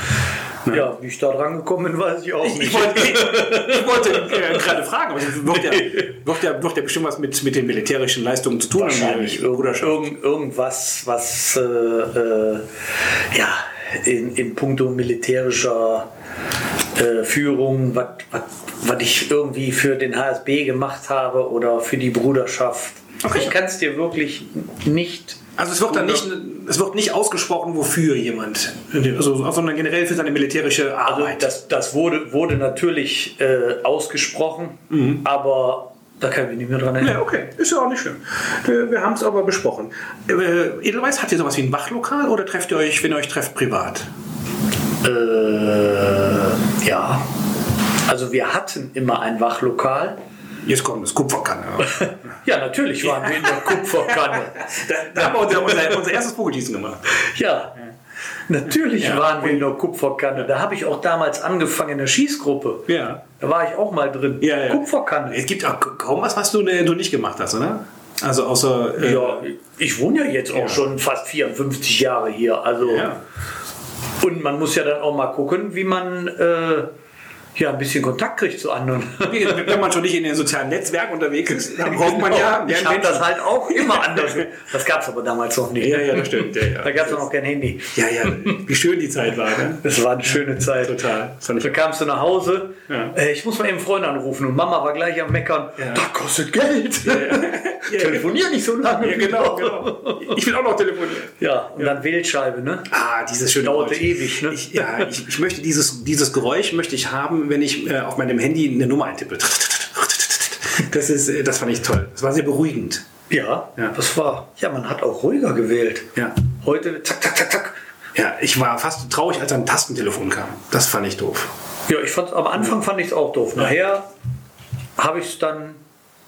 S2: Ja, wie ich da dran gekommen bin, weiß ich auch nicht.
S1: Ich wollte, ich wollte äh, gerade fragen, aber es wird ja, wird, ja, wird ja bestimmt was mit, mit den militärischen Leistungen zu tun haben.
S2: wahrscheinlich
S1: Bruder.
S2: irgend, irgend, irgendwas, was äh, äh, ja, in, in puncto militärischer äh, Führung, was ich irgendwie für den HSB gemacht habe oder für die Bruderschaft.
S1: Okay.
S2: Ich kann es dir wirklich nicht.
S1: Also es wird dann nicht, es wird nicht ausgesprochen, wofür jemand, also, sondern generell für seine militärische
S2: Also
S1: Arbeit.
S2: das, das wurde, wurde natürlich äh, ausgesprochen, aber da kann ich mich nicht mehr dran erinnern.
S1: Mhm. ja, okay, ist ja auch nicht schlimm. Wir, wir haben es aber besprochen. Äh, Edelweiß, habt ihr sowas wie ein Wachlokal oder trefft ihr euch, wenn ihr euch trefft, privat?
S2: Äh, ja. Also wir hatten immer ein Wachlokal.
S1: Jetzt kommt das Kupferkanne.
S2: Ja, natürlich waren wir in der Kupferkanne.
S1: da, da haben wir unser, unser, unser erstes Vogelschießen gemacht.
S2: Ja, natürlich waren wir in der Kupferkanne. Da habe ich auch damals angefangen in der Schießgruppe.
S1: Ja.
S2: Da war ich auch mal drin.
S1: Ja, ja.
S2: Kupferkanne.
S1: Es gibt auch kaum was, was du, ne, du nicht gemacht hast, oder? Also außer... äh,
S2: Ja, ich wohne ja jetzt auch schon fast 54 Jahre hier. Also
S1: ja.
S2: und man muss ja dann auch mal gucken, wie man äh, ja ein bisschen Kontakt kriegt zu anderen.
S1: Wenn man schon nicht in den sozialen Netzwerken unterwegs ist, dann braucht man ja...
S2: ich
S1: ja,
S2: habe
S1: Menschen.
S2: das halt auch immer anders. Das gab es aber damals noch nicht. ne?
S1: ja, ja, das stimmt. Ja, ja.
S2: Da gab es noch kein Handy.
S1: Ja, ja, wie schön die Zeit war, ne?
S2: Das war eine schöne Zeit.
S1: Total. Das fand
S2: Da
S1: ich-
S2: kamst du nach Hause.
S1: Ja.
S2: Äh, Ich muss mal eben Freunde anrufen. Und Mama war gleich am Meckern.
S1: Ja.
S2: Das kostet Geld. Telefonier nicht so lange.
S1: Ja, genau, genau. Ich will auch noch telefonieren.
S2: Ja, und dann Wählscheibe, ne?
S1: Ah, dieses schöne
S2: Dauerte
S1: Geräusch.
S2: ewig, ne?
S1: Ich, ja, ich, ich möchte dieses, dieses Geräusch möchte ich haben, wenn ich äh, auf meinem Handy eine Nummer eintippe. Das ist, äh, das fand ich toll. Das war sehr beruhigend.
S2: Ja,
S1: Ja.
S2: das war. Ja, man hat auch ruhiger gewählt.
S1: Ja.
S2: Heute, zack, zack, zack, zack.
S1: Ja, ich war fast traurig, als ein Tastentelefon kam. Das fand ich doof.
S2: Ja, ich fand, am Anfang fand ich es auch doof. Nachher habe ich es dann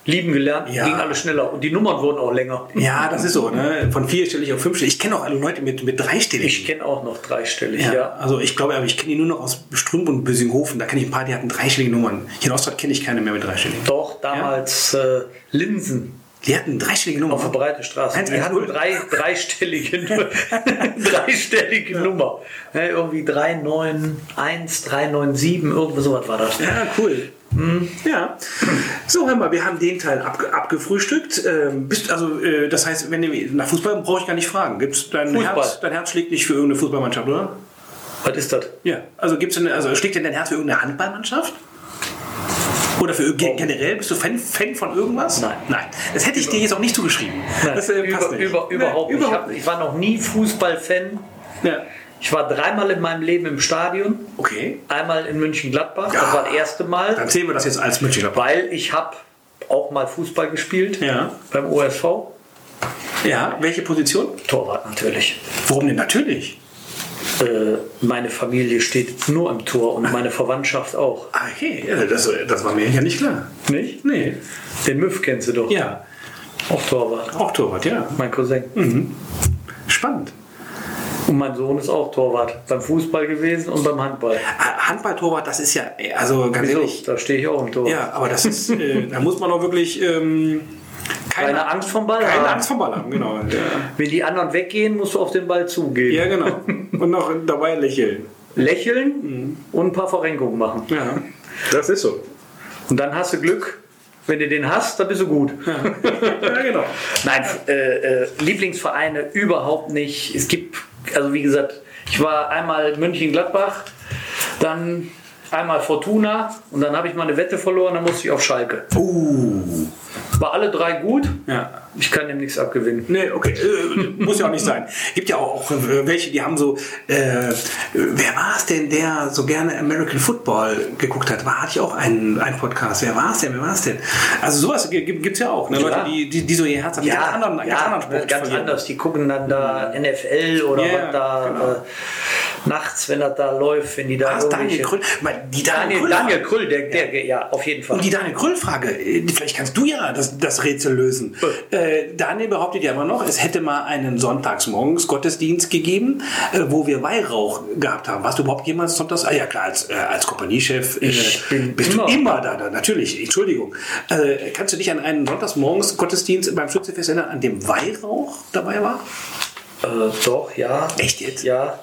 S2: lieben gelernt.
S1: Ja.
S2: Ging alles schneller. Und die Nummern wurden auch länger.
S1: Ja, das ist so, ne? Von vierstellig auf fünfstellig. Ich kenne auch alle Leute mit, mit dreistellig.
S2: Ich kenne auch noch dreistellig,
S1: Ja,
S2: ja.
S1: also ich glaube, aber ich kenne die nur noch aus Strümp und Bösinghofen. Da kenne ich ein paar, die hatten dreistellige Nummern. Hier in Ostrad kenne ich keine mehr mit dreistelligen.
S2: Doch, damals äh, Linsen.
S1: Die hatten dreistellige Nummern.
S2: Auf der breite Straße.
S1: Eins,
S2: Wir
S1: eins,
S2: hatten
S1: null.
S2: drei, dreistellige, dreistellige Nummer. Ja, irgendwie 391, 397, irgendwie sowas war das.
S1: Ja, cool.
S2: Mhm.
S1: Ja. So, hör mal, wir haben den Teil abge abgefrühstückt. Ähm, bist, also, äh, das heißt, wenn ihr, nach Fußball brauche ich gar nicht fragen. Gibt's dein,
S2: Fußball.
S1: Herz, dein Herz schlägt nicht für irgendeine Fußballmannschaft, oder?
S2: Was ist das?
S1: Ja. Also, gibt's denn, also schlägt denn dein Herz für irgendeine Handballmannschaft? Oder für irg-
S2: Oh.
S1: generell? Bist du Fan, Fan von irgendwas?
S2: Nein.
S1: Nein. Das hätte ich dir jetzt auch nicht zugeschrieben. Das äh, passt
S2: über,
S1: nicht.
S2: über,
S1: Nein,
S2: überhaupt nicht. Ich,
S1: überhaupt
S2: hab, ich war noch nie Fußballfan.
S1: Ja.
S2: Ich war dreimal in meinem Leben im Stadion.
S1: Okay.
S2: Einmal in München-Gladbach,
S1: Ja.
S2: das war das erste Mal,
S1: Dann zählen wir das jetzt als Münchner Ball.
S2: weil ich habe auch mal Fußball gespielt
S1: Ja.
S2: beim OSV.
S1: Ja, welche Position?
S2: Torwart natürlich.
S1: Warum denn natürlich?
S2: Äh, meine Familie steht nur im Tor und meine Verwandtschaft auch.
S1: Ah, okay. Ja, das, das war mir ja nicht klar.
S2: Nicht?
S1: Nee.
S2: Den Müff kennst du doch.
S1: Ja,
S2: Auch Torwart.
S1: auch Torwart, ja.
S2: Mein Cousin.
S1: Spannend.
S2: Und mein Sohn ist auch Torwart. Beim Fußball gewesen und beim Handball.
S1: Ah, Handball-Torwart, das ist ja, äh, also ganz ehrlich.
S2: Da stehe ich auch im Tor.
S1: Ja, aber das ist, äh, da muss man doch wirklich ähm, keine,
S2: Keine Angst vom Ball
S1: keine
S2: haben.
S1: Angst vom Ball haben, genau. Ja,
S2: Wenn die anderen weggehen, musst du auf den Ball zugehen.
S1: ja genau. Und noch dabei lächeln.
S2: Lächeln
S1: Mhm.
S2: und ein paar Verrenkungen machen.
S1: Ja, das ist so.
S2: Und dann hast du Glück. Wenn du den hast, dann bist du gut.
S1: Ja, genau.
S2: Nein, äh, äh, Lieblingsvereine überhaupt nicht. Es gibt, also wie gesagt, ich war einmal München-Gladbach, dann einmal Fortuna und dann habe ich mal eine Wette verloren, dann musste ich auf Schalke.
S1: Uh.
S2: War alle drei gut.
S1: Ja.
S2: Ich kann dem nichts abgewinnen.
S1: Nee, okay, äh, muss ja auch nicht sein. Gibt ja auch, auch äh, welche, die haben so, äh, äh, wer war es denn, der so gerne American Football geguckt hat? War, hatte ich auch einen, einen Podcast. Wer war es denn, wer war es denn? Also sowas gibt es ja auch, ne? Leute, die, die, die so ihr Herz an ganz anderen, ganz anderen Sport
S2: ne, ganz
S1: verlieren.
S2: anders. Die gucken dann da NFL oder
S1: Mhm. Ja,
S2: was da äh, nachts, wenn das da läuft, wenn die da
S1: War es Daniel
S2: irgendwelche-
S1: Krüll? Mal, Die Daniel,
S2: Daniel,
S1: Krüll.
S2: Daniel Krüll, der, der, ja, auf jeden Fall.
S1: Und die Daniel Krüll-Frage, äh, vielleicht kannst du ja das, das Rätsel lösen. Äh, Daniel behauptet ja immer noch, es hätte mal einen Sonntagsmorgens Gottesdienst gegeben, äh, wo wir Weihrauch gehabt haben. Warst du überhaupt jemals sonntags? Ah ja, klar, als, äh, als Kompaniechef äh,
S2: Ich bin
S1: bist
S2: immer-
S1: du immer da, da, natürlich, Entschuldigung. Äh, kannst du dich an einen Sonntagsmorgens Gottesdienst beim Schützefest erinnern, an dem Weihrauch dabei war?
S2: Äh, doch, ja.
S1: Echt jetzt?
S2: Ja.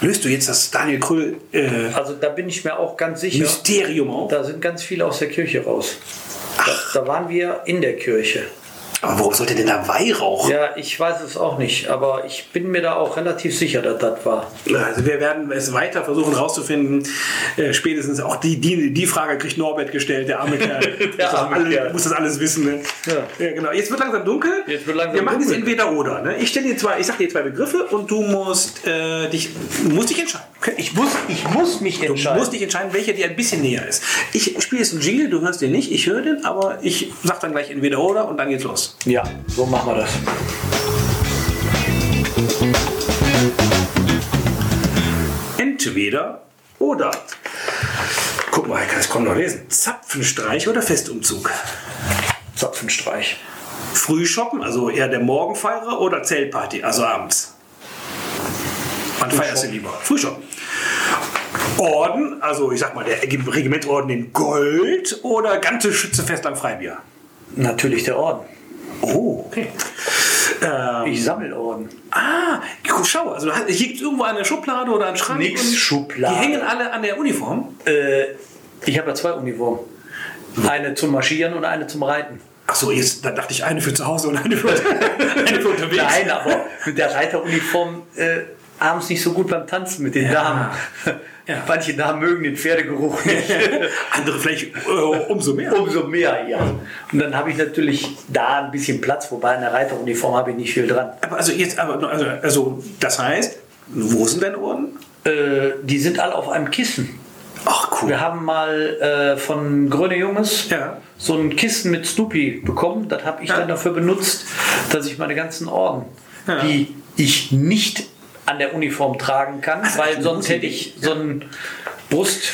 S1: Löst du jetzt das Daniel Krüll äh,
S2: Also da bin ich mir auch ganz sicher.
S1: Mysterium auf?
S2: Da sind ganz viele aus der Kirche raus. Da, da waren wir in der Kirche.
S1: Aber warum sollte denn da Weihrauch?
S2: Ja, ich weiß es auch nicht, aber ich bin mir da auch relativ sicher, dass das war.
S1: Also wir werden es weiter versuchen rauszufinden. Äh, spätestens auch die, die, die Frage kriegt Norbert gestellt, der arme Kerl. muss, das
S2: arme
S1: alle,
S2: Kerl.
S1: muss das alles wissen. Ne?
S2: Ja.
S1: genau. Jetzt wird langsam dunkel.
S2: Jetzt wird langsam
S1: wir machen jetzt
S2: dunkel.
S1: entweder oder. Ne? Ich stelle dir zwei, ich sag dir zwei Begriffe und du musst äh, dich, du musst dich entscheiden.
S2: Ich muss, ich muss mich
S1: Du musst dich entscheiden, welcher dir ein bisschen näher ist. Ich spiele jetzt einen Jingle, du hörst den nicht, ich höre den, aber ich sag dann gleich entweder oder und dann geht's los.
S2: Ja, so machen wir das.
S1: Entweder oder. Guck mal, Heike, das kommt noch lesen. Zapfenstreich oder Festumzug?
S2: Zapfenstreich.
S1: Frühshoppen, also eher der Morgenfeierer oder Zeltparty, also abends? Wann feierst du lieber? Frühshoppen. Orden, also ich sag mal, der Regimentorden in Gold oder ganze Schützefest am Freibier?
S2: Natürlich der Orden.
S1: Oh, okay. Ähm,
S2: Ich sammle Orden.
S1: Ah, guck, schau, also da hat- hier gibt es irgendwo eine Schublade oder einen Schrank.
S2: Nix
S1: und
S2: Schublade.
S1: Die hängen alle an der Uniform.
S2: Äh, ich habe ja zwei Uniformen. Eine zum Marschieren und eine zum Reiten.
S1: Achso, jetzt da dachte ich eine für zu Hause und eine für, eine für unterwegs.
S2: Nein, aber mit der Reiteruniform äh, abends nicht so gut beim Tanzen mit den Damen.
S1: Ja.
S2: Manche Damen mögen den Pferdegeruch nicht.
S1: Andere vielleicht äh, umso mehr.
S2: Umso mehr, ja. Und dann habe ich natürlich da ein bisschen Platz, wobei in der Reiteruniform habe ich nicht viel dran.
S1: Aber also jetzt, aber also, also das heißt, wo sind deine Orden?
S2: Äh, die sind alle auf einem Kissen.
S1: Ach cool.
S2: Wir haben mal äh, von Grüne Junges
S1: Ja.
S2: so ein Kissen mit Snoopy bekommen. Das habe ich
S1: Ja.
S2: dann dafür benutzt, dass ich meine ganzen Orden,
S1: Ja.
S2: die ich nicht an der Uniform tragen kann, weil sonst hätte ich so einen
S1: Das ist-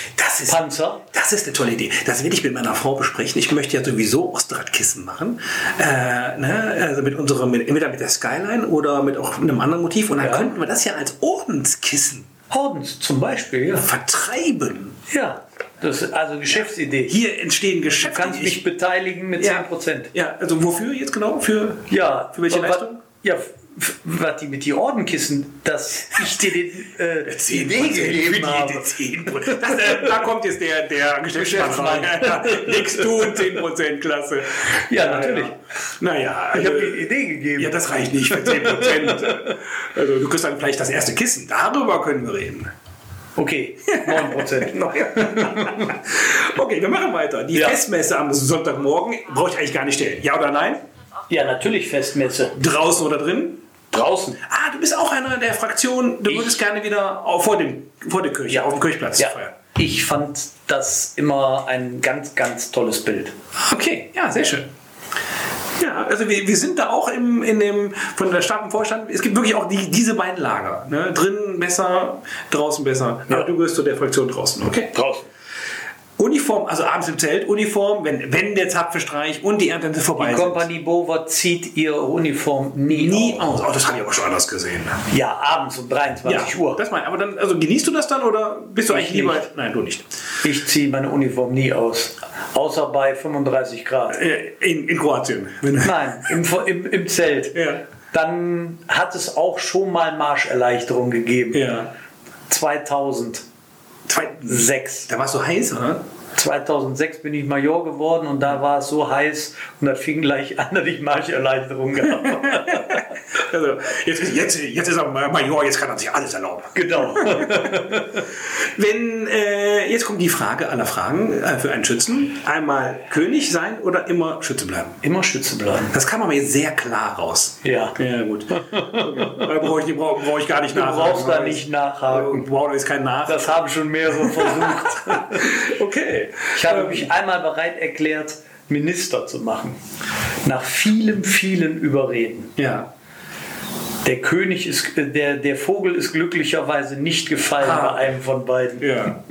S2: Brustpanzer.
S1: Das ist eine tolle Idee. Das will ich mit meiner Frau besprechen. Ich möchte ja sowieso Ostradkissen machen. Äh, ne? Also mit unserem, mit, entweder mit der Skyline oder mit auch einem anderen Motiv. Und dann
S2: Ja.
S1: könnten wir das ja als Ordenskissen
S2: Ordens zum Beispiel, ja.
S1: vertreiben.
S2: ja. Das ist also Geschäftsidee.
S1: Hier entstehen
S2: Du
S1: Geschäfte.
S2: kannst
S1: die
S2: mich
S1: ich-
S2: beteiligen mit
S1: Ja.
S2: 10%.
S1: Ja, also wofür jetzt genau? Für,
S2: Ja.
S1: für welche
S2: Und wa-
S1: Leistung?
S2: Ja, f- f- was die mit die Ordenkissen, dass ich dir den äh, die
S1: 10
S2: Idee gegeben habe.
S1: 10 das, äh, Da kommt jetzt der, der Geschäftsmann rein. Nix tun, 10% Klasse.
S2: Ja, natürlich.
S1: Naja,
S2: Ich habe
S1: also-
S2: die Idee gegeben.
S1: Ja, das reicht nicht für 10 Prozent. Also du kriegst dann vielleicht das erste Kissen. Darüber können wir reden.
S2: Okay, 9%.
S1: okay, wir machen weiter. Die
S2: Ja.
S1: Festmesse am Sonntagmorgen brauche ich eigentlich gar nicht stellen. Ja oder nein?
S2: ja, natürlich Festmesse.
S1: Draußen oder drin?
S2: Draußen.
S1: Ah, du bist auch einer der Fraktion, du
S2: Ich-
S1: würdest gerne wieder auf, vor, dem, vor der Kirche, auf dem Kirchplatz
S2: Ja.
S1: feiern.
S2: Ich fand das immer ein ganz, ganz tolles Bild.
S1: Okay, ja, sehr schön. Ja, also wir, wir sind da auch im, in dem, von der Staatenvorstand, es gibt wirklich auch die, diese beiden Lager. Ne? Drinnen besser, draußen besser. Aber du gehörst zu der Fraktion draußen, okay?
S2: Draußen.
S1: Uniform, also abends im Zelt, Uniform, wenn, wenn der Zapfenstreich und die Ernte vorbei
S2: Die
S1: sind.
S2: Kompanie Bover zieht ihre Uniform nie,
S1: Nie
S2: aus.
S1: aus. Oh, das habe ich aber schon anders gesehen. ne?
S2: Ja, abends um 23 Uhr.
S1: Das meine ich. Aber dann, also genießt du das dann oder bist du
S2: Ich
S1: eigentlich lieber.
S2: nicht.
S1: Nein, du nicht.
S2: Ich ziehe meine Uniform nie aus. Außer bei 35 Grad.
S1: Äh, In, in Kroatien. Wenn,
S2: Nein, im, im, im Zelt.
S1: Ja.
S2: Dann hat es auch schon mal Marscherleichterung gegeben.
S1: Ja.
S2: 2006.
S1: Zwei, da war es so heiß, oder?
S2: 2006 bin ich Major geworden und da war es so heiß und das fing gleich an, dass ich Marscherleichterung gehabt habe.
S1: Also, jetzt, jetzt, jetzt ist er Major, jetzt kann er sich alles erlauben.
S2: Genau.
S1: Wenn, äh, jetzt kommt die Frage aller Fragen äh, für einen Schützen. Einmal König sein oder immer Schütze bleiben?
S2: Immer Schütze bleiben.
S1: Das kam aber jetzt sehr klar raus.
S2: Ja.
S1: Ja, gut. Da brauche ich, brauch, brauch ich gar nicht
S2: Du
S1: nachhaken.
S2: brauchst da nicht nachhaken.
S1: Wow, da ist kein Nach.
S2: Das haben schon mehrere versucht.
S1: Okay.
S2: Ich habe mich einmal bereit erklärt, Minister zu machen. Nach vielem, vielen Überreden.
S1: Ja.
S2: Der König ist, äh, der, der Vogel ist glücklicherweise nicht gefallen
S1: Ah.
S2: bei einem von beiden.
S1: Ja.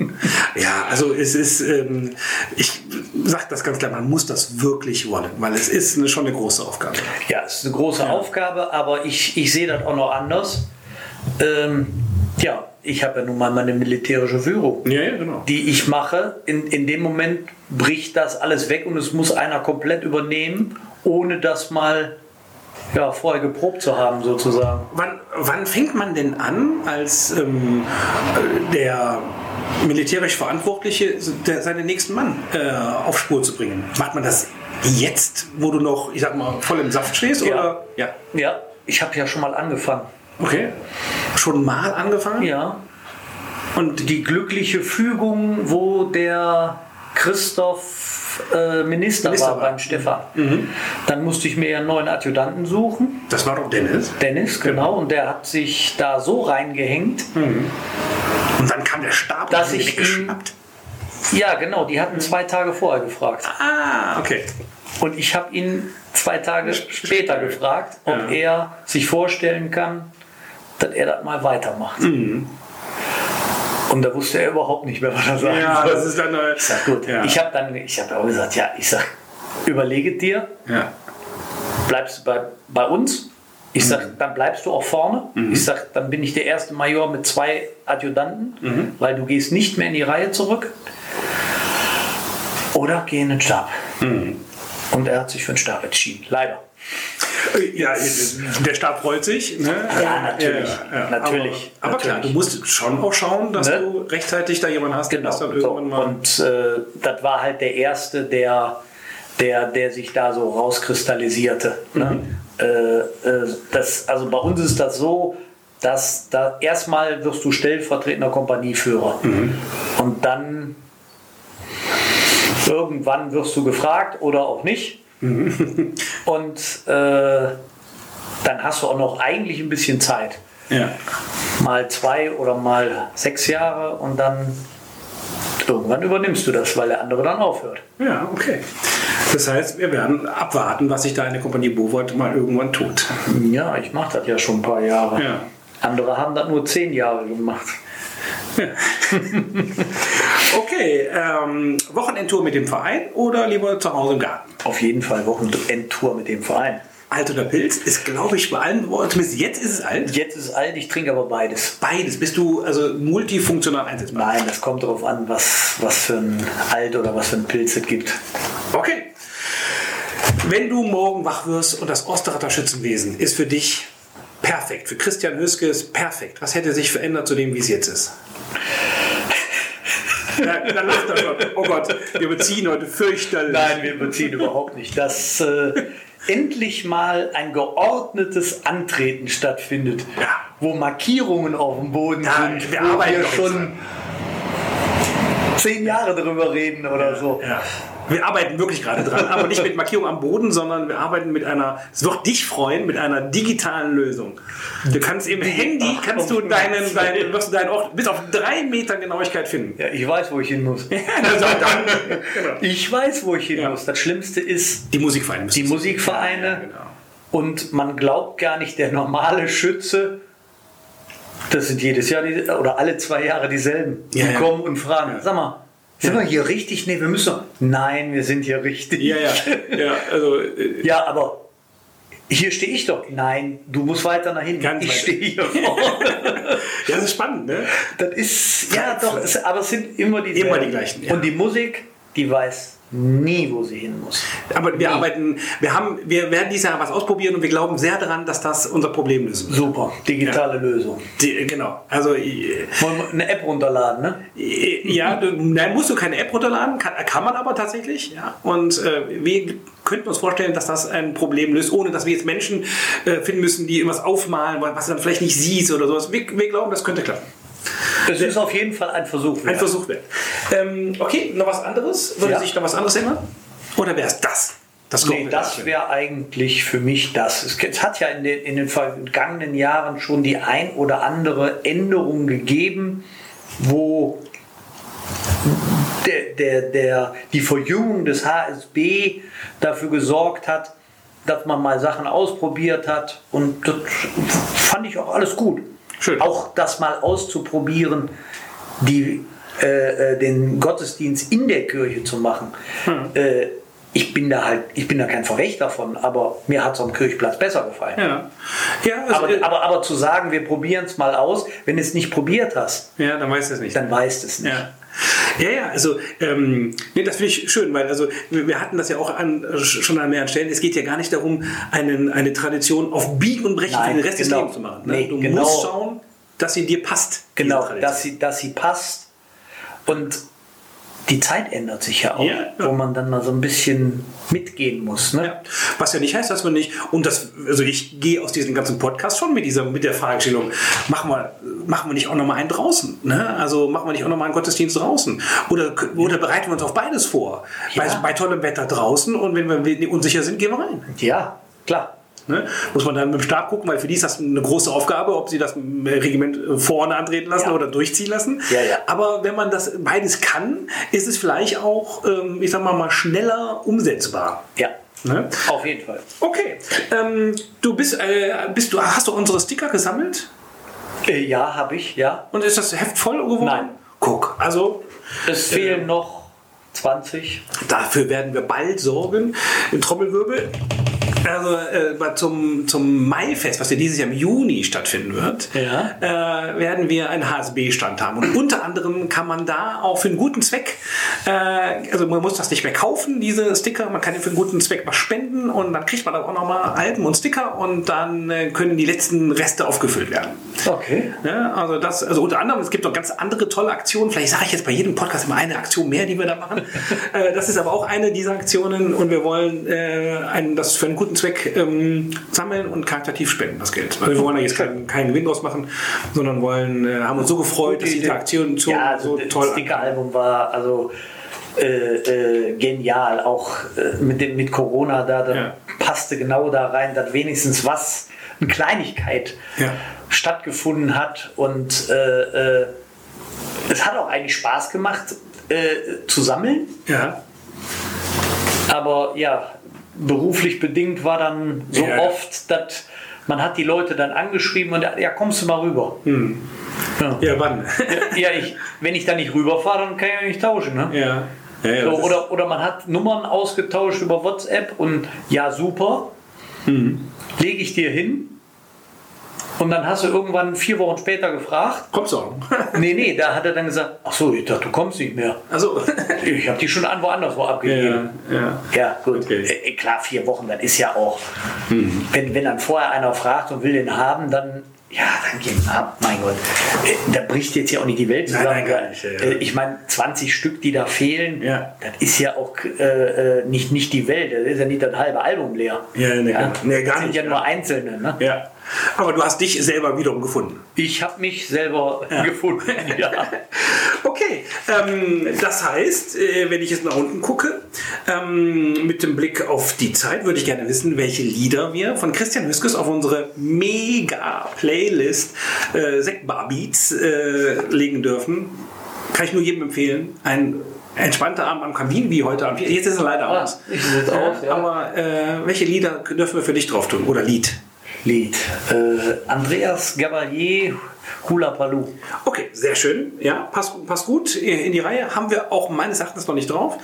S1: ja, also es ist, ähm, ich sage das ganz klar, man muss das wirklich wollen, weil es ist eine, schon eine große Aufgabe.
S2: Ja, es ist eine große Aufgabe, aber ich, ich sehe das auch noch anders. Ähm, ja, ich habe ja nun mal meine militärische Führung,
S1: Ja, ja, genau.
S2: die ich mache. In, in dem Moment bricht das alles weg und es muss einer komplett übernehmen, ohne dass mal ja, vorher geprobt zu haben, sozusagen.
S1: Wann, wann fängt man denn an, als ähm, äh, der militärisch Verantwortliche der, seinen nächsten Mann äh, auf Spur zu bringen? Macht man das jetzt, wo du noch, ich sag mal, voll im Saft stehst?
S2: Ja.
S1: Oder? ja.
S2: Ja, ich habe ja schon mal angefangen.
S1: Okay. Schon mal angefangen?
S2: Ja. Und die glückliche Fügung, wo der Christoph äh,
S1: Minister
S2: Minister, war, Mhm.
S1: war.
S2: beim Stefan. Dann musste ich mir ja einen neuen Adjutanten suchen.
S1: Das war doch Dennis.
S2: Dennis, genau. Mhm. Und der hat sich da so reingehängt.
S1: Und dann kam der Stab
S2: Dass
S1: und hat ihn
S2: ich
S1: geschnappt.
S2: Ja, genau. Die hatten zwei Tage vorher gefragt.
S1: Ah, okay.
S2: Und ich habe ihn zwei Tage später gefragt, ob er sich vorstellen kann, dass er das mal weitermacht. Und da wusste er überhaupt nicht mehr, was er sagen
S1: Ja,
S2: soll.
S1: das ist dann äh,
S2: Ich sag, gut.
S1: Ja.
S2: Ich habe dann, ich habe auch gesagt, ja, ich sag, überlege dir,
S1: ja.
S2: bleibst du bei, bei uns. Ich sag, dann bleibst du auch vorne. Ich sag, dann bin ich der erste Major mit zwei Adjutanten, weil du gehst nicht mehr in die Reihe zurück. Oder geh in den Stab. Und er hat sich für den Stab entschieden. Leider.
S1: Äh, Ja, der Stab freut sich. Ne?
S2: Ja, natürlich,
S1: Ja,
S2: natürlich,
S1: Aber, aber klar, du
S2: natürlich.
S1: musst schon auch schauen, dass
S2: Ne?
S1: du rechtzeitig da jemanden hast, der
S2: Genau.
S1: das dann
S2: So.
S1: irgendwann mal.
S2: Und äh, das war halt der erste, der, der, der sich da so rauskristallisierte. Ne?
S1: Mhm.
S2: Äh, äh, das, also bei uns ist das so, dass da erstmal wirst du stellvertretender Kompanieführer
S1: Mhm.
S2: und dann irgendwann wirst du gefragt oder auch nicht.
S1: Mhm.
S2: und äh, dann hast du auch noch eigentlich ein bisschen Zeit
S1: ja.
S2: mal zwei oder mal sechs Jahre und dann irgendwann übernimmst du das, weil der andere dann aufhört.
S1: ja, okay. Das heißt, wir werden abwarten, was sich da in der Kompanie Bowort mal irgendwann tut.
S2: Ja, ich mache das ja schon ein paar Jahre.
S1: Ja.
S2: Andere haben das nur zehn Jahre gemacht.
S1: Okay, ähm, Wochenendtour mit dem Verein oder lieber zu Hause im Garten?
S2: Auf jeden Fall Wochenendtour mit dem Verein.
S1: Alt oder Pilz ist, glaube ich, bei allen, zumindest jetzt ist es alt.
S2: Jetzt ist alt, ich trinke aber beides.
S1: Beides. Bist du also multifunktional einsetzbar?
S2: Nein, das kommt darauf an, was, was für ein Alt oder was für ein Pilz es gibt.
S1: Okay. Wenn du morgen wach wirst und das Osterratter Schützenwesen ist für dich perfekt, für Christian Hüske ist perfekt, was hätte sich verändert zu dem, wie es jetzt ist? Ja, dann lacht er schon. Oh Gott, wir beziehen heute fürchterlich.
S2: Nein, wir beziehen überhaupt nicht. Dass äh, endlich mal ein geordnetes Antreten stattfindet,
S1: Ja.
S2: wo Markierungen auf dem Boden
S1: Ja,
S2: sind,
S1: wir
S2: wo
S1: arbeiten
S2: wir
S1: doch
S2: schon zehn Jahre drüber reden oder so.
S1: Ja. Wir arbeiten wirklich gerade dran, aber nicht mit Markierung am Boden, sondern wir arbeiten mit einer, es wird dich freuen, mit einer digitalen Lösung. Du kannst im Handy,
S2: Ach,
S1: kannst du
S2: um
S1: deinen,
S2: Gottes
S1: deinen, wirst du deinen Ort bis auf drei Meter Genauigkeit finden.
S2: Ja, ich weiß, wo ich hin muss.
S1: Also dann, genau.
S2: Ich weiß, wo ich hin muss. Das Schlimmste ist,
S1: Die Musikvereine müssen
S2: die
S1: es-
S2: Musikvereine
S1: Ja, genau.
S2: und man glaubt gar nicht, der normale Schütze, das sind jedes Jahr die, oder alle zwei Jahre dieselben, die
S1: Ja, ja.
S2: kommen und fragen,
S1: Ja.
S2: sag mal, sind wir hier richtig? Nee, wir müssen doch. Nein, wir sind hier richtig.
S1: Ja, ja, ja, also äh,
S2: Ja, aber hier stehe ich doch. Nein, du musst weiter nach hinten.
S1: Ganz
S2: ich
S1: weit.
S2: stehe hier vorne.
S1: ja, das ist spannend, ne?
S2: das ist, ja doch, es, aber es sind immer die,
S1: Immer die gleichen, ja.
S2: Und die Musik, die weiß nie, wo sie hin muss.
S1: Aber wir arbeiten, wir haben, wir werden dieses Jahr was ausprobieren und wir glauben sehr daran, dass das unser Problem lösen wird.
S2: Super, digitale Lösung.
S1: Die, genau. Also äh,
S2: Wollen wir eine App runterladen, ne?
S1: äh, ja, du, nein, musst du keine App runterladen, kann, kann man aber tatsächlich. Ja. Und äh, wir könnten uns vorstellen, dass das ein Problem löst, ohne dass wir jetzt Menschen äh, finden müssen, die irgendwas aufmalen, was du dann vielleicht nicht siehst oder sowas. Wir, wir glauben, das könnte klappen.
S2: Das ist auf jeden Fall ein Versuch.
S1: Ein
S2: wert.
S1: Versuch wert. Ähm, okay, noch was anderes? Würde
S2: Ja.
S1: sich noch was anderes ändern? Oder wäre es das? Das,
S2: Nee,
S1: kommt
S2: das wäre eigentlich für mich das. Es gibt- es hat ja in den, in den vergangenen Jahren schon die ein oder andere Änderung gegeben, wo der, der, der, die Verjüngung des HSB dafür gesorgt hat, dass man mal Sachen ausprobiert hat. Und das fand ich auch alles gut.
S1: Schön.
S2: Auch das mal auszuprobieren, die, äh, äh, den Gottesdienst in der Kirche zu machen.
S1: Hm.
S2: Äh, ich bin da halt, ich bin da kein Verfechter von, aber mir hat es am Kirchplatz besser gefallen.
S1: Ja, ja, also,
S2: Aber,
S1: äh,
S2: aber, aber zu sagen, wir probieren es mal aus, wenn du es nicht probiert hast,
S1: ja dann weiß es nicht.
S2: dann weißt du es nicht.
S1: Ja. Ja, ja, also ähm, nee, das finde ich schön, weil also wir wir hatten das ja auch an, schon an mehreren Stellen. Es geht ja gar nicht darum, einen, eine Tradition auf Bieg und Brechen
S2: Nein,
S1: für den Rest des
S2: genau.
S1: Lebens zu machen. Ne?
S2: Nee,
S1: du
S2: genau.
S1: musst schauen, dass sie dir passt. diese
S2: Genau,
S1: Tradition.
S2: dass sie, dass sie passt. Und die Zeit ändert sich ja auch,
S1: Ja, ja.
S2: wo man dann mal so ein bisschen mitgehen muss. Ne?
S1: Ja. Was ja nicht heißt, dass man nicht, und das, also ich gehe aus diesem ganzen Podcast schon mit dieser, mit der Fragestellung, machen wir, machen wir nicht auch nochmal einen draußen, ne? Also machen wir nicht auch nochmal einen Gottesdienst draußen? Oder, oder bereiten wir uns auf beides vor? Bei,
S2: Ja.
S1: bei tollem Wetter draußen und wenn wir unsicher sind, gehen wir rein.
S2: ja klar.
S1: Ne? Muss man dann mit dem Stab gucken, weil für die ist das eine große Aufgabe, ob sie das Regiment äh, vorne antreten lassen
S2: Ja.
S1: oder durchziehen lassen.
S2: Ja, ja.
S1: Aber wenn man das beides kann, ist es vielleicht auch, ähm, ich sag mal, mal schneller umsetzbar.
S2: Ja,
S1: Ne?
S2: auf jeden Fall.
S1: Okay, ähm, du bist, äh, bist du, hast du unsere Sticker gesammelt?
S2: Äh, ja, habe ich, ja.
S1: Und ist das Heft voll geworden?
S2: Nein.
S1: Guck, also
S2: Es fehlen noch 20.
S1: dafür werden wir bald sorgen. Trommelwirbel. Also äh, mal zum, zum Maifest, was ja dieses Jahr im Juni stattfinden wird,
S2: Ja.
S1: äh, werden wir einen HSB-Stand haben. Und unter anderem kann man da auch für einen guten Zweck, äh, also man muss das nicht mehr kaufen, diese Sticker, man kann für einen guten Zweck was spenden und dann kriegt man da auch nochmal Alben und Sticker und dann äh, können die letzten Reste aufgefüllt werden.
S2: Okay.
S1: Ne? Also das, also unter anderem, es gibt noch ganz andere tolle Aktionen. Vielleicht sage ich jetzt bei jedem Podcast immer eine Aktion mehr, die wir da machen. äh, das ist aber auch eine dieser Aktionen und wir wollen äh, einen, das für einen guten Zweck ähm, sammeln und karitativ spenden, das Geld. Also wir wollen da jetzt keinen, keinen Gewinn draus machen, sondern wollen, äh, haben uns so gefreut, dass diese Aktion so,
S2: ja, also
S1: so
S2: das
S1: toll
S2: Sticker-Album war also äh, äh, genial. Auch äh, mit, dem, mit Corona da, da
S1: Ja.
S2: passte genau da rein, dass wenigstens was, eine Kleinigkeit
S1: Ja.
S2: stattgefunden hat. Und äh, äh, es hat auch eigentlich Spaß gemacht äh, zu sammeln.
S1: Ja.
S2: Aber ja, beruflich bedingt war dann so
S1: Ja.
S2: oft, dass man hat die Leute dann angeschrieben und ja, kommst du mal rüber.
S1: Hm. ja, wann?
S2: Ja, ich, wenn ich da nicht rüberfahre, dann kann ich ja nicht tauschen. Ne?
S1: ja. Ja, ja,
S2: So,
S1: das ist-
S2: oder, oder man hat Nummern ausgetauscht über WhatsApp und ja, super,
S1: Hm.
S2: lege ich dir hin. Und dann hast du irgendwann vier Wochen später gefragt.
S1: Kommst du auch?
S2: Nee, nee, da hat er dann gesagt, ach so, ich dachte, du kommst nicht mehr.
S1: Also,
S2: Ich habe die schon an woanders wo abgegeben.
S1: ja.
S2: Ja, gut.
S1: Okay. Mhm.
S2: Äh, klar, vier Wochen, dann ist ja auch, wenn, wenn dann vorher einer fragt und will den haben, dann, ja, dann gehen wir ab, mein Gott. Äh, Da bricht jetzt ja auch nicht die Welt
S1: Nein,
S2: zusammen.
S1: nein, gar nicht, ja, ja.
S2: Äh, Ich meine, 20 Stück, die da fehlen,
S1: Ja.
S2: das ist ja auch äh, äh, nicht, nicht die Welt, das ist ja nicht das halbe Album leer.
S1: Ja, nee, gar nicht. Nee, gar
S2: das sind
S1: nicht,
S2: ja
S1: ja.
S2: nur Einzelne. Ne?
S1: ja. Aber du hast dich selber wiederum gefunden.
S2: Ich habe mich selber gefunden. Ja.
S1: Okay, ähm, das heißt, äh, wenn ich jetzt nach unten gucke, ähm, mit dem Blick auf die Zeit, würde ich gerne wissen, welche Lieder wir von Christian Hüskes auf unsere Mega-Playlist äh, Sektbar-Beats äh, legen dürfen. Kann ich nur jedem empfehlen. Ein entspannter Abend am Kamin, wie heute Abend. Jetzt ist er leider
S2: Ah,
S1: aus.
S2: ich sitze aus,
S1: äh,
S2: ja.
S1: Aber äh, welche Lieder dürfen wir für dich drauf tun? Oder Lied?
S2: Lied. Äh, Andreas Gabalier, Hula Paloo.
S1: Okay, sehr schön. Ja, passt, passt gut in die Reihe. Haben wir auch meines Erachtens noch nicht drauf.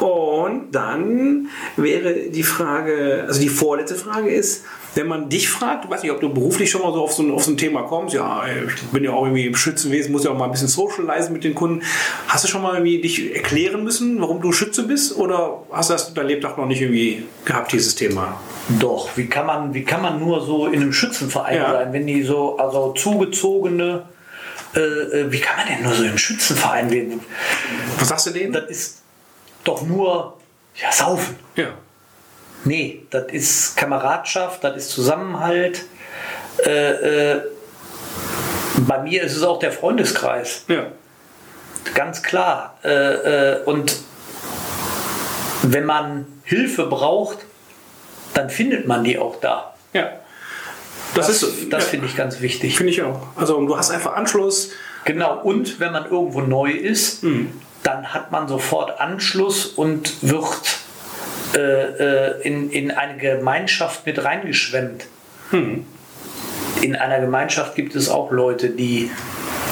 S1: Und dann wäre die Frage, also die vorletzte Frage ist, wenn man dich fragt, ich weiß nicht, ob du beruflich schon mal so auf so ein, auf so ein Thema kommst, ja, ich bin ja auch irgendwie im Schützenwesen, muss ja auch mal ein bisschen socialisen mit den Kunden. Hast du schon mal irgendwie dich erklären müssen, warum du Schütze bist? Oder hast du das dein Lebtag noch nicht irgendwie gehabt, dieses Thema?
S2: Doch, wie kann man, wie kann man nur so in einem Schützenverein
S1: Ja.
S2: sein, wenn die so, also zugezogene, äh, äh, wie kann man denn nur so in einem Schützenverein werden?
S1: Was sagst du denen?
S2: Das ist doch nur, ja, saufen.
S1: Ja.
S2: Nee, das ist Kameradschaft, das ist Zusammenhalt. Äh, äh, bei mir ist es auch der Freundeskreis.
S1: Ja.
S2: Ganz klar. Äh, äh, und wenn man Hilfe braucht, dann findet man die auch da.
S1: Ja. Das, ist so.
S2: das
S1: ja.
S2: finde ich ganz wichtig.
S1: Finde ich auch. Also du hast einfach Anschluss.
S2: Genau, und wenn man irgendwo neu ist,
S1: Mhm.
S2: dann hat man sofort Anschluss und wird äh, äh, in, in eine Gemeinschaft mit reingeschwemmt.
S1: Mhm.
S2: In einer Gemeinschaft gibt es auch Leute, die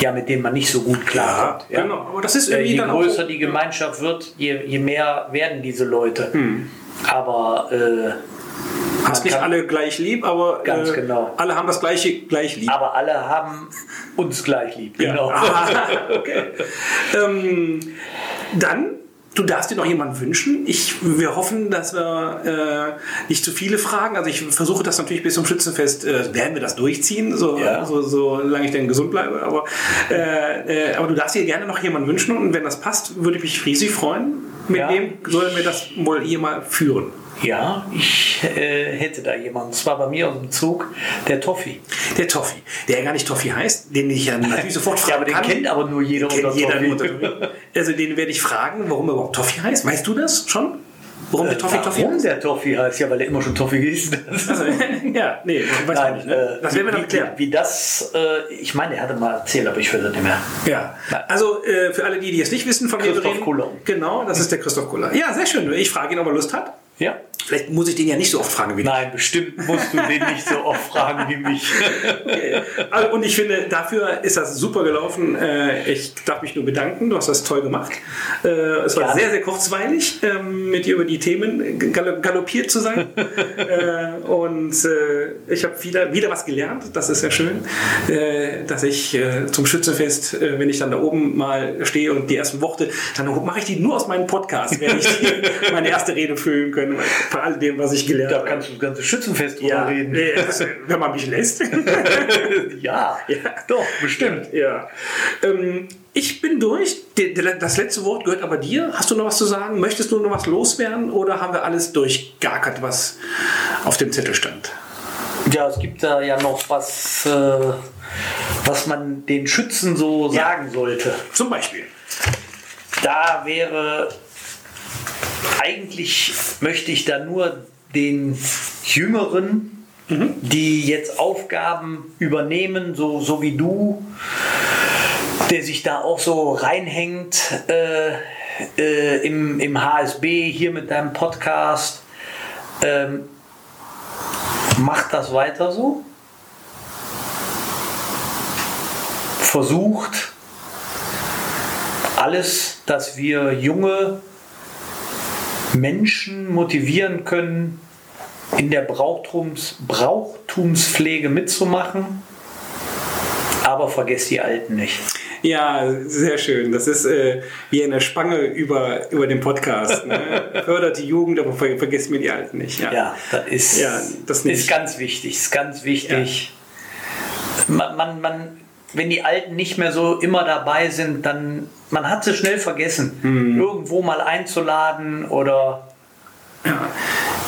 S2: ja mit denen man nicht so gut klarkommt. Ja,
S1: Genau, aber das ist
S2: Äh,
S1: irgendwie
S2: Je
S1: dann auch-
S2: größer die
S1: Mhm.
S2: Gemeinschaft wird, je, je mehr werden diese Leute. Aber äh,
S1: Hast nicht
S2: kann-
S1: alle gleich lieb, aber äh,
S2: Ganz genau.
S1: alle haben das gleiche gleich lieb.
S2: Aber alle haben uns gleich lieb. Genau.
S1: Ah, okay. ähm, dann, du darfst dir noch jemanden wünschen. Ich, wir hoffen, dass wir äh, nicht zu viele Fragen. Also ich versuche das natürlich bis zum Schützenfest, äh, werden wir das durchziehen, so,
S2: Ja.
S1: so, so lange ich denn gesund bleibe. Aber, äh, äh, aber du darfst dir gerne noch jemanden wünschen und wenn das passt, würde ich mich riesig freuen. Mit
S2: Ja.
S1: dem sollen wir das wohl hier mal führen.
S2: Ja, ich äh, hätte da jemanden. Das war bei mir aus dem Zug der Toffi.
S1: Der Toffi, der ja gar nicht Toffi heißt, den ich ja natürlich sofort fragen
S2: Ja, aber den
S1: kann.
S2: kennt aber nur jeder
S1: Kennt
S2: unter
S1: jeder
S2: Toffi.
S1: unter Toffi. Also den werde ich fragen, warum er überhaupt Toffi heißt. Weißt du das schon? Warum der Toffi Toffi
S2: Äh, Warum
S1: heißt?
S2: der Toffi heißt? Ja, weil er immer schon Toffi hieß.
S1: Also, ja, nee, weiß ich nicht. Ne?
S2: äh,
S1: das werden wir
S2: wie-
S1: dann klären.
S2: Wie, wie das, äh, ich meine, er hatte mal erzählt, aber ich weiß es nicht mehr.
S1: Ja, also äh, für alle, die, die es nicht wissen, von wem wir
S2: Christoph
S1: reden.
S2: Kuller.
S1: Genau, das ist der Christoph Kuller. Ja, sehr schön. Ich frage ihn, ob er Lust hat.
S2: Ja.
S1: Vielleicht muss ich den ja nicht so oft fragen wie du.
S2: Nein, bestimmt musst du den nicht so oft fragen wie mich.
S1: Okay. Also, Und ich finde, dafür ist das super gelaufen. Äh, Ich darf mich nur bedanken. Du hast das toll gemacht. Äh, Es war
S2: Gerne.
S1: sehr, sehr kurzweilig, ähm, mit dir über die Themen gal- galoppiert zu sein. Äh, Und äh, ich habe wieder, wieder was gelernt. Das ist sehr schön, äh, dass ich äh, zum Schützenfest, äh, wenn ich dann da oben mal stehe und die ersten Worte, dann mache ich die nur aus meinem Podcast, werde ich die, meine erste Rede füllen können, bei all dem, was ich gelernt
S2: Da
S1: habe.
S2: kannst du das ganze Schützenfest drüber
S1: Ja,
S2: reden.
S1: nee, das- wenn man mich lässt.
S2: Ja, doch, bestimmt.
S1: Ja. Ähm, ich bin durch. Der- der- Das letzte Wort gehört aber dir. Hast du noch was zu sagen? Möchtest du noch was loswerden oder haben wir alles durchgeackert, was auf dem Zettel stand?
S2: Ja, es gibt da ja noch was, äh, was man den Schützen so sagen sollte.
S1: Zum Beispiel.
S2: Da wäre eigentlich möchte ich da nur den Jüngeren, die jetzt Aufgaben übernehmen, so, so wie du, der sich da auch so reinhängt äh, äh, im, im HSB, hier mit deinem Podcast, ähm, macht das weiter so. Versucht alles, dass wir junge Menschen motivieren können, in der Brauchtums Brauchtumspflege mitzumachen. Aber vergesst die Alten nicht.
S1: Ja, sehr schön. Das ist äh, wie eine Spange über, über den Podcast. Ne? Fördert die Jugend, aber ver vergesst mir die Alten nicht. Ja.
S2: Ja, das ist,
S1: Ja, das nicht.
S2: ist ganz wichtig. Ist ganz wichtig. Man, man, man, wenn die Alten nicht mehr so immer dabei sind, dann man hat sie schnell vergessen,
S1: Mhm.
S2: irgendwo mal einzuladen oder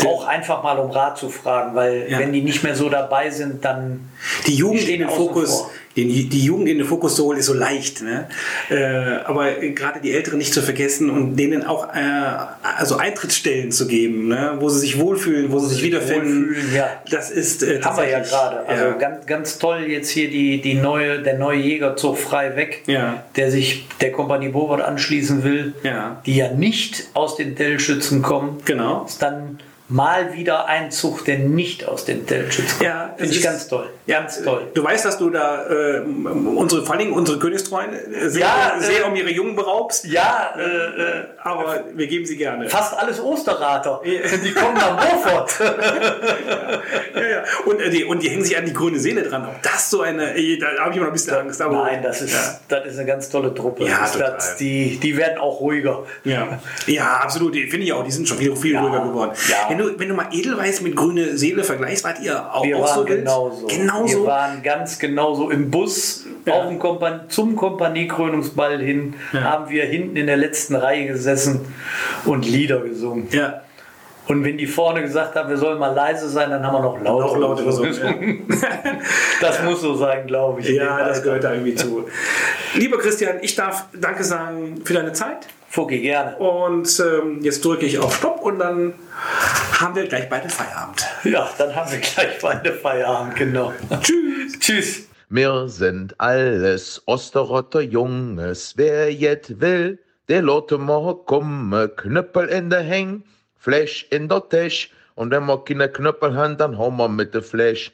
S2: auch einfach mal um Rat zu fragen, weil
S1: Ja.
S2: wenn die nicht mehr so dabei sind, dann
S1: Die Jugend in
S2: stehen
S1: den
S2: außen
S1: Fokus.
S2: vor.
S1: Den, die Jugend in den Fokus zu holen ist so leicht, ne? äh, aber gerade die Älteren nicht zu vergessen und denen auch äh, also Eintrittsstellen zu geben, ne? wo sie sich wohlfühlen, wo sie sich
S2: sich
S1: wiederfinden.
S2: wohlfühlen, ja.
S1: Das ist äh,
S2: haben wir ja
S1: tatsächlich-
S2: gerade. Also
S1: ja.
S2: ganz, ganz toll jetzt hier die, die neue, der neue Jägerzug frei weg,
S1: Ja.
S2: der sich der Kompanie Bobert anschließen will,
S1: Ja.
S2: die ja nicht aus den Tellschützen kommen.
S1: Genau.
S2: Ist dann mal wieder ein Zug, der nicht aus den Tellschützen kommt.
S1: Ja, es
S2: Finde ich
S1: ist-
S2: ganz toll.
S1: Ja,
S2: ganz toll.
S1: Du weißt, dass du da äh, unsere, vor allen Dingen unsere Königstreuen äh, sehr,
S2: Ja,
S1: sehr
S2: äh,
S1: um ihre Jungen beraubst,
S2: Ja, äh, äh,
S1: aber wir geben sie gerne.
S2: fast alles Osterrater. Also, Die kommen nach Beaufort.
S1: Ja, ja. Und, äh, die, und die hängen sich an die grüne Seele dran. Ob das so eine, äh, da habe ich immer ein bisschen Angst. Aber
S2: Nein, das ist,
S1: Ja.
S2: das ist eine ganz tolle Truppe.
S1: Ja,
S2: Das ist
S1: total.
S2: das, die, die werden auch ruhiger.
S1: Ja. ja, absolut. Die Finde ich auch. Die sind schon viel, viel
S2: Ja.
S1: ruhiger geworden.
S2: Ja.
S1: Wenn, du, wenn du mal Edelweiß mit grüne Seele vergleichst, wart ihr auch,
S2: Wir
S1: auch
S2: waren
S1: so wild?
S2: genauso.
S1: Genauso.
S2: Wir waren ganz genauso im Bus auf dem Kompan zum Kompaniekrönungsball hin, haben wir hinten in der letzten Reihe gesessen und Lieder gesungen.
S1: ja.
S2: Und wenn die vorne gesagt haben, wir sollen mal leise sein, dann haben wir noch lauter,
S1: Auch laut
S2: gesungen.
S1: gesungen.
S2: Das muss so sein, glaube ich.
S1: Ja, ja das gehört da irgendwie zu. Lieber Christian, ich darf Danke sagen für deine Zeit.
S2: Fuki, gerne.
S1: Und ähm, jetzt drücke ich auf Stopp und dann haben wir gleich beide Feierabend.
S2: Ja, dann haben wir gleich beide Feierabend, genau.
S1: Tschüss.
S2: Tschüss.
S3: Mir sind alles Osterrotter Junges, wer jet will, der lotte morgen komme, Knüppel in der Häng, Fläsch in der Tisch, und wenn wir keine Knüppel haben, dann haben wir mit der Fläsch